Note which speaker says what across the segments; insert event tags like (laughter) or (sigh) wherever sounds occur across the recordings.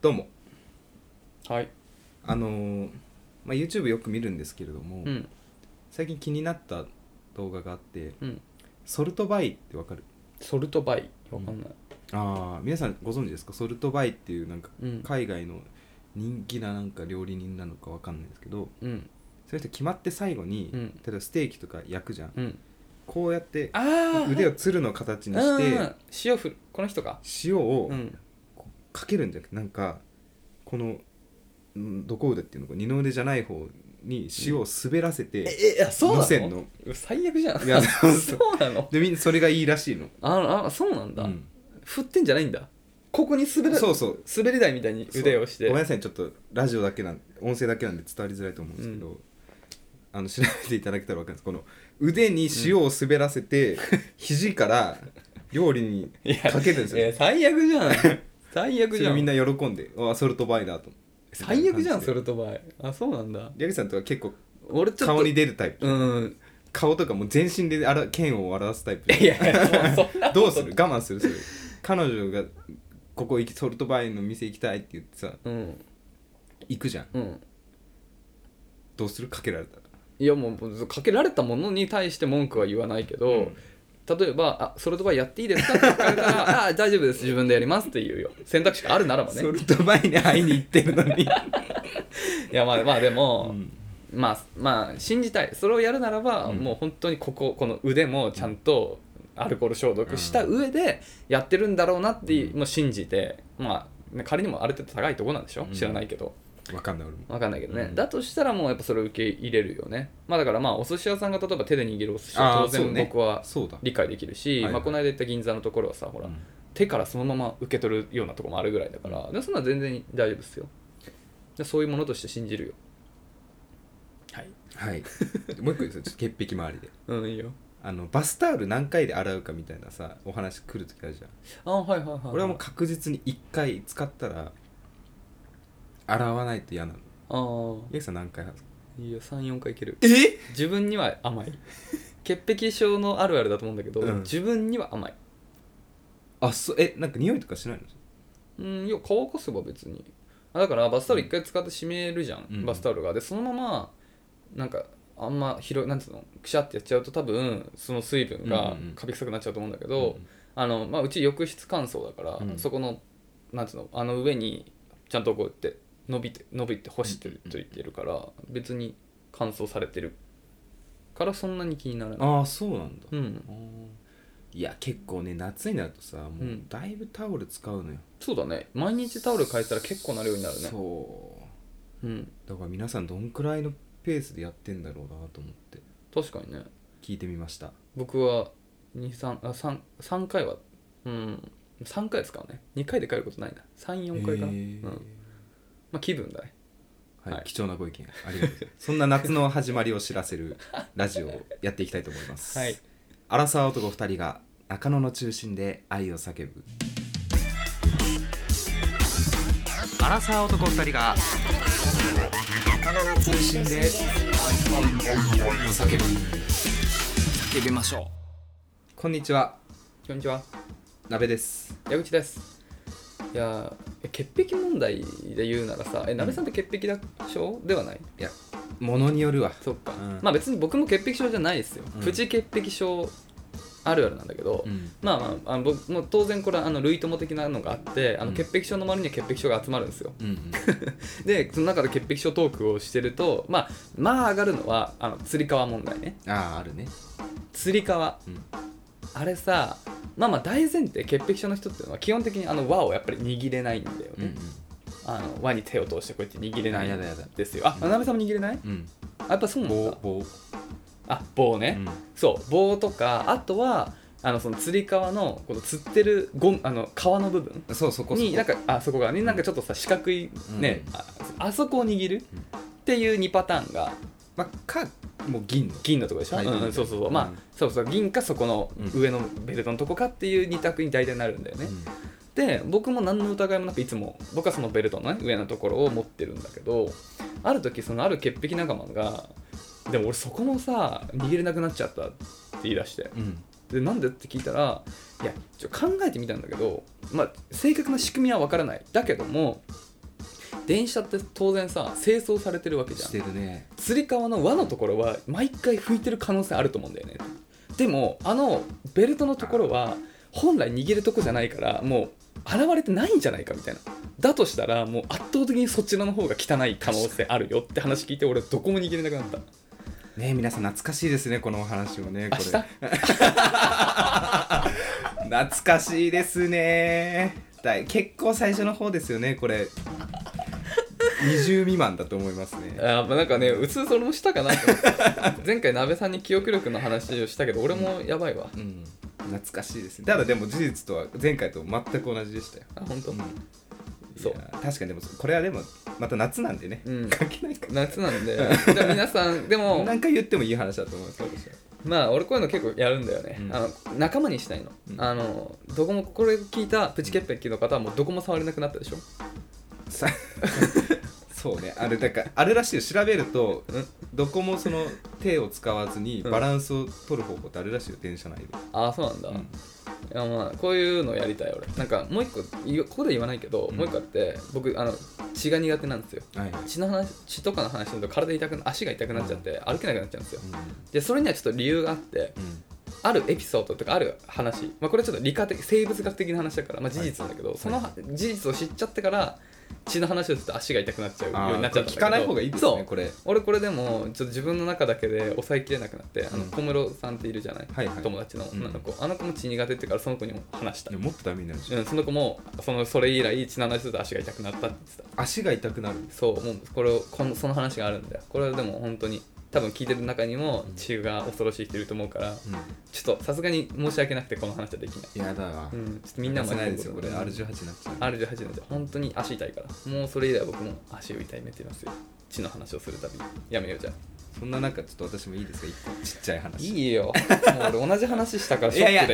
Speaker 1: どうも
Speaker 2: はい。
Speaker 1: あのーまあ、YouTube よく見るんですけれども、
Speaker 2: うん。
Speaker 1: 最近気になった動画があって
Speaker 2: うん。
Speaker 1: ソルトバイってわかる
Speaker 2: ソルトバイ。わかんない。
Speaker 1: ああ皆さんご存知ですかソルトバイっていうなんか
Speaker 2: うん。
Speaker 1: 海外の人気ななんか料理人なのかわかんないですけど
Speaker 2: うん。
Speaker 1: そういう人決まって最後に、
Speaker 2: うん。
Speaker 1: 例えばステーキとか焼くじゃん
Speaker 2: うん。
Speaker 1: こうやって
Speaker 2: ああ
Speaker 1: 腕
Speaker 2: を
Speaker 1: をつるの形にして、
Speaker 2: 塩ふる。この人か。
Speaker 1: 塩を
Speaker 2: うん。
Speaker 1: かけるんじゃなくてなんかこのんどこ腕っていうのか二の腕じゃない方に塩を滑らせて、
Speaker 2: え、え、そう
Speaker 1: 乗せ
Speaker 2: なんの
Speaker 1: の
Speaker 2: うわ最悪じゃん。
Speaker 1: いやそう
Speaker 2: (laughs) そうなの
Speaker 1: でみんなそれがいいらしいの、
Speaker 2: ああ、そうなんだ。
Speaker 1: うん
Speaker 2: 振ってんじゃないんだ。ここに滑ら
Speaker 1: そうそう
Speaker 2: 滑り台みたいに腕をして。
Speaker 1: ごめんなさいちょっとラジオだけなん音声だけなんで伝わりづらいと思うんですけど、あの調べていただけたら分かるんですこの腕に塩を滑らせて、肘から料理に
Speaker 2: いや
Speaker 1: かけるんですよ
Speaker 2: え、最悪じゃん。 (laughs) 最
Speaker 1: そ
Speaker 2: 悪じ
Speaker 1: れ
Speaker 2: ゃ
Speaker 1: みん
Speaker 2: ん。
Speaker 1: な喜んであソルトバイだと
Speaker 2: 最悪じゃん、ソ
Speaker 1: れ
Speaker 2: ルトバイ。あ、そうなんだ。
Speaker 1: 八木さんとか結構
Speaker 2: 俺ちょっと。
Speaker 1: 顔に出るタイプ
Speaker 2: うん。
Speaker 1: 顔とかもう全身であら剣を表すタイプ
Speaker 2: いやいや、もうそんなこと
Speaker 1: どうする我慢するそれ彼女がここ行きソルトバイの店行きたいって言ってさ
Speaker 2: うん。
Speaker 1: 行くじゃん
Speaker 2: うん。
Speaker 1: どうするかけられたら
Speaker 2: いやもうかけられたものに対して文句は言わないけど、例えば「あソルトバイやっていいですか?」って聞かれたら「あ大丈夫です自分でやります」っていうよ選択肢があるならばね
Speaker 1: ソルトバイに会いに行ってるのに、
Speaker 2: (laughs) いやまあまあでも、
Speaker 1: うん
Speaker 2: まあまあ信じたいそれをやるならば、
Speaker 1: うん
Speaker 2: もう本当にこここの腕もちゃんとアルコール消毒した上でやってるんだろうなっていうもう信じてまあね仮にもある程度高いとこなんでしょ
Speaker 1: うん
Speaker 2: 知らないけど、
Speaker 1: わかんない俺も
Speaker 2: わかんないけどね、
Speaker 1: うん
Speaker 2: だとしたらもうやっぱそれを受け入れるよねまあだからまあお寿司屋さんが例えば手で握るお寿司
Speaker 1: あ
Speaker 2: は
Speaker 1: ー
Speaker 2: 当
Speaker 1: そう
Speaker 2: 然
Speaker 1: ね
Speaker 2: 僕は
Speaker 1: そうだ
Speaker 2: 理解できるし、
Speaker 1: はいはい
Speaker 2: まあ、この間言った銀座のところはさほら、
Speaker 1: うん
Speaker 2: 手からそのまま受け取るようなとこもあるぐらいだからでそんなの全然大丈夫ですよでそういうものとして信じるよはい
Speaker 1: はいもう一個いいですよちょっと潔癖周りで
Speaker 2: うんいいよ
Speaker 1: あのバスタオル何回で洗うかみたいなさお話来る時あるじゃん
Speaker 2: あはいはいはい、
Speaker 1: 俺はもう確実に1回使ったら洗わないと嫌なの
Speaker 2: あ
Speaker 1: 八木さん何回
Speaker 2: あいいよ34回いける
Speaker 1: え
Speaker 2: 自分には甘い (laughs) 潔癖症のあるあるだと思うんだけど、
Speaker 1: うん
Speaker 2: 自分には甘い
Speaker 1: あそうえなんか匂いとかしないの
Speaker 2: うんいや乾かせば別にあだからバスタオル一回使って締めるじゃん、
Speaker 1: うん
Speaker 2: バスタオルがでそのままなんかあんま広いなんつうのくしゃってやっちゃうと多分その水分
Speaker 1: う
Speaker 2: が
Speaker 1: んうんうん
Speaker 2: カビ臭くなっちゃうと思うんだけど、あのまあ、うち浴室乾燥だから、
Speaker 1: うん
Speaker 2: そこのなんつうのあの上にちゃんとこうやって伸びて伸びて干してる
Speaker 1: うんうんうん
Speaker 2: と言ってるから、別に乾燥されてるからそんなに気にならない
Speaker 1: ああそうなんだ、
Speaker 2: うん
Speaker 1: いや結構ね夏になるとさも
Speaker 2: う
Speaker 1: うんだいぶタオル使うのよ、
Speaker 2: そうだね毎日タオル変えたら結構な量になるね、
Speaker 1: そう
Speaker 2: ん、
Speaker 1: うだから皆さんどんくらいのペースでやってんだろうなと思って
Speaker 2: 確かにね
Speaker 1: 聞いてみました
Speaker 2: 僕は23あ三三回はうん3回ですからね2回で帰ることないな34回かな、
Speaker 1: へー
Speaker 2: うんまあ気分だね
Speaker 1: はい
Speaker 2: はい
Speaker 1: 貴重なご意見ありがとうございますそんな夏の始まりを知らせるラジオをやっていきたいと思います
Speaker 2: はい
Speaker 1: アラサー男2人が中野の中心で愛を叫ぶアラサー男2人が中野の中心で愛を叫ぶ
Speaker 2: 叫びましょ
Speaker 1: こんにちは
Speaker 2: うこんにちは
Speaker 1: 鍋です
Speaker 2: 矢口ですいやーえ潔癖問題で言うならさえなべさんって潔癖だ症ではない
Speaker 1: いやものによるわ
Speaker 2: そっか、
Speaker 1: うん
Speaker 2: まあ別に僕も潔癖症じゃないですよ、
Speaker 1: うん
Speaker 2: プチ潔癖症あるあるなんだけど、
Speaker 1: ん
Speaker 2: まあまああの僕もう当然これはあの類友的なのがあってあ
Speaker 1: う
Speaker 2: の
Speaker 1: ん
Speaker 2: 潔癖症の周りには潔癖症が集まるんですよ
Speaker 1: うん
Speaker 2: (laughs) でその中で潔癖症トークをしてるとまあまあ上がるのはあのつり革問題ね
Speaker 1: あああるね
Speaker 2: つり革
Speaker 1: うん
Speaker 2: あれさまあまあ大前提潔癖症の人っていうのは基本的にあの輪をやっぱり握れないんだよね、
Speaker 1: うん
Speaker 2: あの輪に手を通してこうやって握
Speaker 1: う
Speaker 2: れ
Speaker 1: ん
Speaker 2: な
Speaker 1: あ
Speaker 2: い
Speaker 1: や
Speaker 2: ん
Speaker 1: だやだ
Speaker 2: ですよあ
Speaker 1: うん
Speaker 2: なべさんも握れない
Speaker 1: うん
Speaker 2: あやっぱそうなん
Speaker 1: 棒
Speaker 2: だ
Speaker 1: 棒
Speaker 2: あ棒
Speaker 1: う
Speaker 2: ね、
Speaker 1: ん
Speaker 2: そう棒とかあとはあのその釣り革のこの釣ってるゴムあの皮の部分
Speaker 1: そうそこそこ
Speaker 2: になんかあそこがねなんかちょっとさ四角いね、
Speaker 1: うん
Speaker 2: ああそこを握る
Speaker 1: うん
Speaker 2: っていう2パターンが
Speaker 1: まあかもう銀の
Speaker 2: 銀のとこでしょ、
Speaker 1: はい
Speaker 2: うんうんそうそうそうまあ、
Speaker 1: うん
Speaker 2: そうそう銀かそこの
Speaker 1: うん
Speaker 2: 上のベルトのとこかっていう2択に大体なるんだよね、
Speaker 1: うん
Speaker 2: で僕も何の疑いもなくいつも僕はそのベルトの、ね、上のところを持ってるんだけどある時そのある潔癖仲間が「でも俺そこもさ握れなくなっちゃった」って言い出して
Speaker 1: うん
Speaker 2: でなんでって聞いたらいやちょ考えてみたんだけど、まあ、正確な仕組みはわからないだけども電車って当然さ清掃されてるわけじゃ
Speaker 1: し
Speaker 2: ん
Speaker 1: てるね
Speaker 2: つり革の輪のところは毎回拭いてる可能性あると思うんだよねでもあのベルトのところは本来握るとこじゃないからもう洗われてないんじゃないかみたいなだとしたらもう圧倒的にそちらの方が汚い可能性あるよって話聞いて俺はどこも握れなくなった
Speaker 1: ね皆さん懐かしいですねこのお話をねこ
Speaker 2: 明日
Speaker 1: れ懐かしいですねだい結構最初の方ですよねこ
Speaker 2: (laughs)
Speaker 1: れ20未満だと思いますね
Speaker 2: あーまあなんかねうつうつ俺もしたかなと思った前回鍋さんに記憶力の話をしたけど俺もやばいわ
Speaker 1: うん懐かしいですねただでも事実とは前回と全く同じでしたよ、
Speaker 2: あ本当、
Speaker 1: うん、
Speaker 2: そう
Speaker 1: いや確かにでもこれはでもまた夏なんでね、
Speaker 2: うん
Speaker 1: 関係ないか
Speaker 2: 夏なんでじゃあ皆さんでも
Speaker 1: 何回言ってもいい話だと思います私は
Speaker 2: まあ俺こういうの結構やるんだよね、
Speaker 1: うん
Speaker 2: あの仲間にしたいの,、
Speaker 1: うん
Speaker 2: あのどこもこれ聞いたプチ潔癖の方はもうどこも触れなくなったでしょ
Speaker 1: さ (laughs) そうねあれだからあれらしいよ調べると
Speaker 2: うん
Speaker 1: どこもその手を使わずに
Speaker 2: うん
Speaker 1: バランスを取る方法ってあるらしいよ電車内で、
Speaker 2: ああそうなんだ、
Speaker 1: うん
Speaker 2: いやまあこういうのやりたい俺なんかもう一個いここで言わないけど、
Speaker 1: うん
Speaker 2: もう一個あって僕あの血が苦手なんですよ
Speaker 1: はいはい、
Speaker 2: 血の話血とかの話すると体痛く足が痛くなっちゃって歩けなくなっちゃうんですよ
Speaker 1: う
Speaker 2: でそれにはちょっと理由があって
Speaker 1: んうん
Speaker 2: あるエピソードとかある話、まあ、これちょっと理科的生物学的な話だから、まあ、事実なんだけど、その
Speaker 1: は
Speaker 2: 事実を知っちゃってから血の話をすると足が痛くなっちゃうようになっちゃったんだけど
Speaker 1: 聞かない方がいいです
Speaker 2: そ
Speaker 1: ね
Speaker 2: う
Speaker 1: これ
Speaker 2: 俺これでもちょっと自分の中だけで抑えきれなくなってあの
Speaker 1: うん
Speaker 2: 小室さんっているじゃない、
Speaker 1: はいはい
Speaker 2: 友達の女の子、あの子も血苦手ってからその子にも話した
Speaker 1: いやもっとダメになるでしょ、
Speaker 2: うん、その子もそのそれ以来血の話すると足が痛くなったって言ってた
Speaker 1: 足が痛くなる
Speaker 2: そうもうこれをこのその話があるんだよこれはでも本当に多分聞いてる中にも
Speaker 1: うん
Speaker 2: 血が恐ろしい人いると思うから、
Speaker 1: う
Speaker 2: ちょっとさすがに申し訳なくてこの話はできない、
Speaker 1: ん、やだわ、
Speaker 2: うん、ちょっとみんなも
Speaker 1: 出せないですよこれ
Speaker 2: うん
Speaker 1: R18 になっちゃう
Speaker 2: R18 なんで本当に足痛いからもうそれ以来僕も足を痛めてますよ血の話をするたびにやめようじゃあ
Speaker 1: そんな中ちょっと私もいいですか一個ちっちゃい話
Speaker 2: いいよもう俺同じ話したからショ
Speaker 1: (laughs) いや
Speaker 2: ック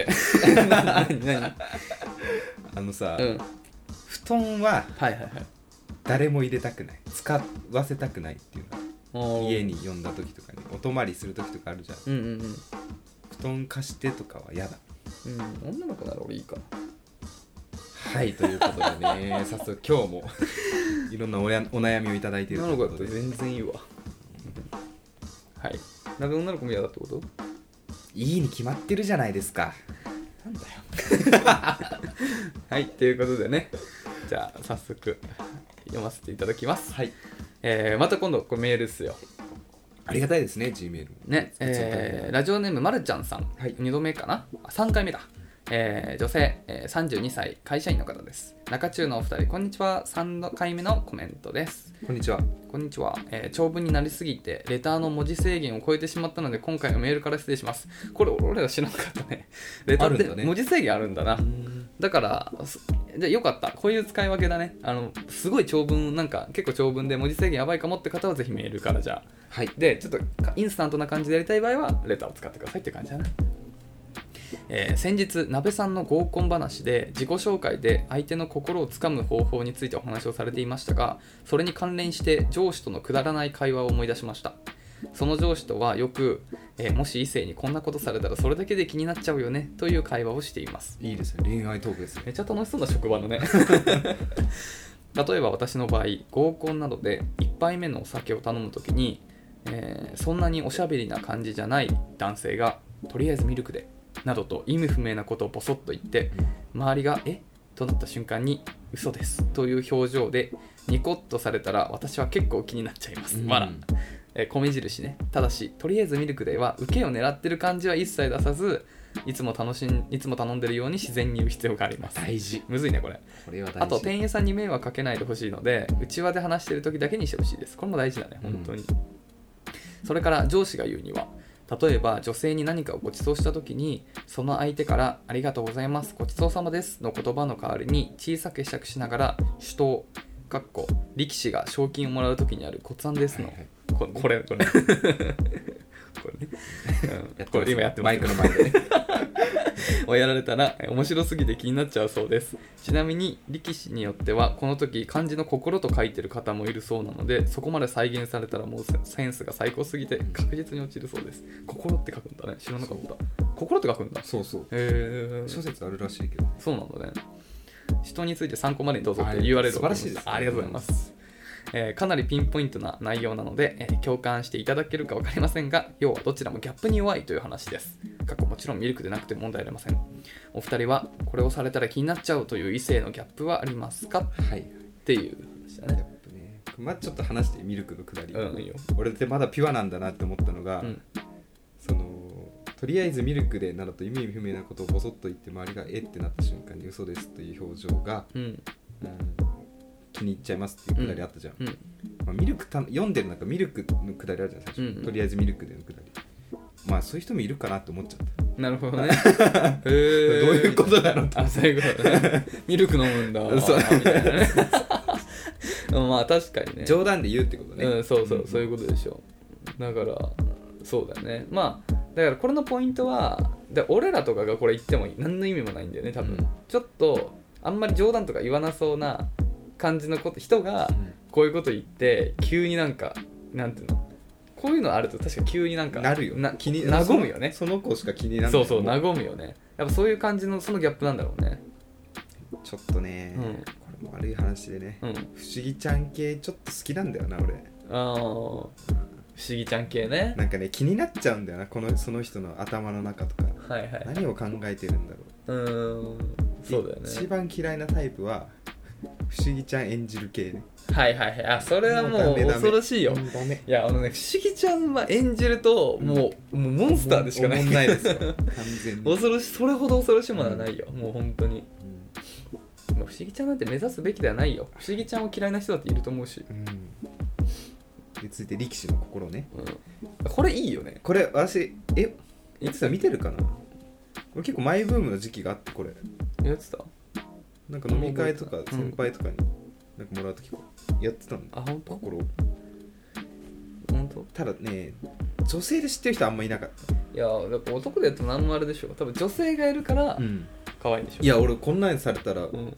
Speaker 1: いや
Speaker 2: で
Speaker 1: (laughs)
Speaker 2: 何何
Speaker 1: あのさ、
Speaker 2: うん
Speaker 1: 布団は
Speaker 2: はいはいはい
Speaker 1: 誰も入れたくない使わせたくないっていう
Speaker 2: お
Speaker 1: の
Speaker 2: ー
Speaker 1: 家に呼んだ時とかにお泊まりする時とかあるじゃん
Speaker 2: うんうんうん
Speaker 1: 布団貸してとかは嫌だ
Speaker 2: うん、女の子なら俺いいかな
Speaker 1: はいということでね (laughs) 早速今日もいろんなおやお悩みをいただいている
Speaker 2: 女
Speaker 1: とい
Speaker 2: の子
Speaker 1: う
Speaker 2: だ
Speaker 1: こ
Speaker 2: った
Speaker 1: と
Speaker 2: ら
Speaker 1: で
Speaker 2: 全然いいわはいなんで女の子も嫌だってこと
Speaker 1: いいに決まってるじゃないですか
Speaker 2: なんだよはいということでねじゃあ早速読ませていただきます
Speaker 1: はい
Speaker 2: えーまた今度これメールっすよ
Speaker 1: ありがたいですね G メールも
Speaker 2: ね、えーラジオネームまるちゃんさん、
Speaker 1: はい
Speaker 2: 2度目かなあ3回目だ、えー女性、えー32歳会社員の方です中中のお二人こんにちは3回目のコメントです
Speaker 1: こんにちは
Speaker 2: こんにちは、えー長文になりすぎてレターの文字制限を超えてしまったので今回はメールから失礼しますこれ俺ら知らなかったねレター
Speaker 1: (laughs)
Speaker 2: っ
Speaker 1: あるんだ
Speaker 2: て
Speaker 1: ね
Speaker 2: 文字制限あるんだな
Speaker 1: うん
Speaker 2: だからすじゃあよかったこういう使い分けだねあのすごい長文なんか結構長文で文字制限やばいかもって方はぜひメールからじゃあ
Speaker 1: はい
Speaker 2: でちょっとかインスタントな感じでやりたい場合はレターを使ってくださいっていう感じだな、えー先日なべさんの合コン話で自己紹介で相手の心をつかむ方法についてお話をされていましたがそれに関連して上司とのくだらない会話を思い出しましたその上司とはよく、えーもし異性にこんなことされたらそれだけで気になっちゃうよねという会話をしています
Speaker 1: いいですね恋愛トークですね
Speaker 2: めっちゃ楽しそうな職場のね (laughs) 例えば私の場合合コンなどで1杯目のお酒を頼む時に、えーそんなにおしゃべりな感じじゃない男性が「とりあえずミルクで」などと意味不明なことをボソッと言って周りが「えとなった瞬間に「嘘です」という表情でニコッとされたら私は結構気になっちゃいます。
Speaker 1: うん
Speaker 2: 笑えー米印ねただしとりあえずミルクでは受けを狙ってる感じは一切出さずいつも楽しんいつも頼んでるように自然に言う必要があります
Speaker 1: 大事
Speaker 2: むずいねこれ
Speaker 1: これは大事
Speaker 2: あと店員さんに迷惑かけないでほしいので内輪で話してる時だけにしてほしいですこれも大事だね本当に、それから上司が言うには例えば女性に何かをごちそうした時にその相手から「ありがとうございますごちそうさまです」の言葉の代わりに小さく試着しながら手刀かっこ力士が賞金をもらう時にある骨腕ですの、
Speaker 1: はいはい
Speaker 2: ここれ (laughs) これこれね、うん、これ今やってま
Speaker 1: マ
Speaker 2: す
Speaker 1: イクの前でね
Speaker 2: をやられたらえー面白すぎて気になっちゃうそうですちなみに力士によってはこの時漢字の心と書いてる方もいるそうなのでそこまで再現されたらもうセセンスが最高すぎて確実に落ちるそうです心って書くんだね知らなかった心って書くんだへ
Speaker 1: そう (laughs) そう
Speaker 2: え
Speaker 1: 諸説あるらしいけど
Speaker 2: そうなんだね人について参考までにどうぞって
Speaker 1: はい
Speaker 2: 言われる
Speaker 1: 素晴らしいです
Speaker 2: ありがとうございますえーかなりピンポイントな内容なので、えー共感していただけるか分かりませんが要はどちらもギャップに弱いという話です過去もちろんミルクでなくて問題ありませんお二人はこれをされたら気になっちゃうという異性のギャップはありますか
Speaker 1: はい
Speaker 2: っていう話だ
Speaker 1: や
Speaker 2: ね
Speaker 1: っぱねまあちょっと話してミルクのくだり、
Speaker 2: うんいいよ
Speaker 1: 俺ってまだピュアなんだなって思ったのが、
Speaker 2: うん
Speaker 1: そのとりあえずミルクでなどと意味不明なことをボソッと言って周りがえってなった瞬間に嘘ですという表情が、
Speaker 2: うん
Speaker 1: うん気に入っちゃいますっていうくだりあったじゃん、
Speaker 2: うん
Speaker 1: まあ、ミルクた読んでる中ミルクのくだりあるじゃん最初、
Speaker 2: うんうん
Speaker 1: とりあえずミルクでのくだりまあそういう人もいるかなって思っちゃった、
Speaker 2: なるほ
Speaker 1: (laughs)
Speaker 2: どねへー
Speaker 1: ど
Speaker 2: どう
Speaker 1: ういうことだろう
Speaker 2: あそういうことねミルク飲むんだ
Speaker 1: (laughs) そう
Speaker 2: みたいなね (laughs) まあ確かにね
Speaker 1: 冗談で言うってことね、
Speaker 2: うん、そうそう、
Speaker 1: ん
Speaker 2: そういうことでしょだからそうだよねまあだからこれのポイントはで俺らとかがこれ言っても何の意味もないんだよね多分、
Speaker 1: うん
Speaker 2: ちょっとあんまり冗談とか言わなそうな感じのこと人が
Speaker 1: う
Speaker 2: こういうこと言って急になんかなんていうのこういうのあると確か急になんか
Speaker 1: んなるよ
Speaker 2: 気に和むよね
Speaker 1: そのその子しか気にならない
Speaker 2: そうそう和むよねやっぱそういう感じのそのギャップなんだろうね
Speaker 1: ちょっとね、
Speaker 2: うん
Speaker 1: これも悪い話でね、
Speaker 2: うん
Speaker 1: 不思議ちゃん系ちょっと好きなんだよな俺
Speaker 2: あー不思議ちゃん系ね
Speaker 1: なんかね気になっちゃうんだよなこのその人の頭の中とか
Speaker 2: はいはい
Speaker 1: 何を考えてるんだろ
Speaker 2: うーん
Speaker 1: う
Speaker 2: そうだよね
Speaker 1: 一番嫌いなタイプは不思議ちゃん演じる系ね
Speaker 2: はいはいはいあそれはもう
Speaker 1: もうダメダメ
Speaker 2: 恐ろしいよ
Speaker 1: うんダメ
Speaker 2: いやあのね不思議ちゃんは演じるともう,、もうモンスターでしかない
Speaker 1: おもんないですよ完全に、
Speaker 2: (laughs) 恐ろしいそれほど恐ろしいものはないよ、もう本当にまあ不思議ちゃんなんて目指すべきではないよ不思議ちゃんを嫌いな人だっていると思うし、
Speaker 1: うんうんで続いて力士の心ね
Speaker 2: うん、これいいよね
Speaker 1: これ私え
Speaker 2: い
Speaker 1: い
Speaker 2: つ
Speaker 1: つだ見てるかな俺結構マイブームの時期があってこれ
Speaker 2: やってた
Speaker 1: なんか飲み会とか
Speaker 2: うん
Speaker 1: 先輩とかになんかもらう時やってたんだ
Speaker 2: あ本当
Speaker 1: 心
Speaker 2: 本当
Speaker 1: ただね女性で知ってる人あんまいなかった、
Speaker 2: いやだから男でやっても何もあれでしょ多分女性がいるから
Speaker 1: ん、
Speaker 2: 可愛いんでしょ
Speaker 1: いや俺こんなんされたら
Speaker 2: う
Speaker 1: 好
Speaker 2: ん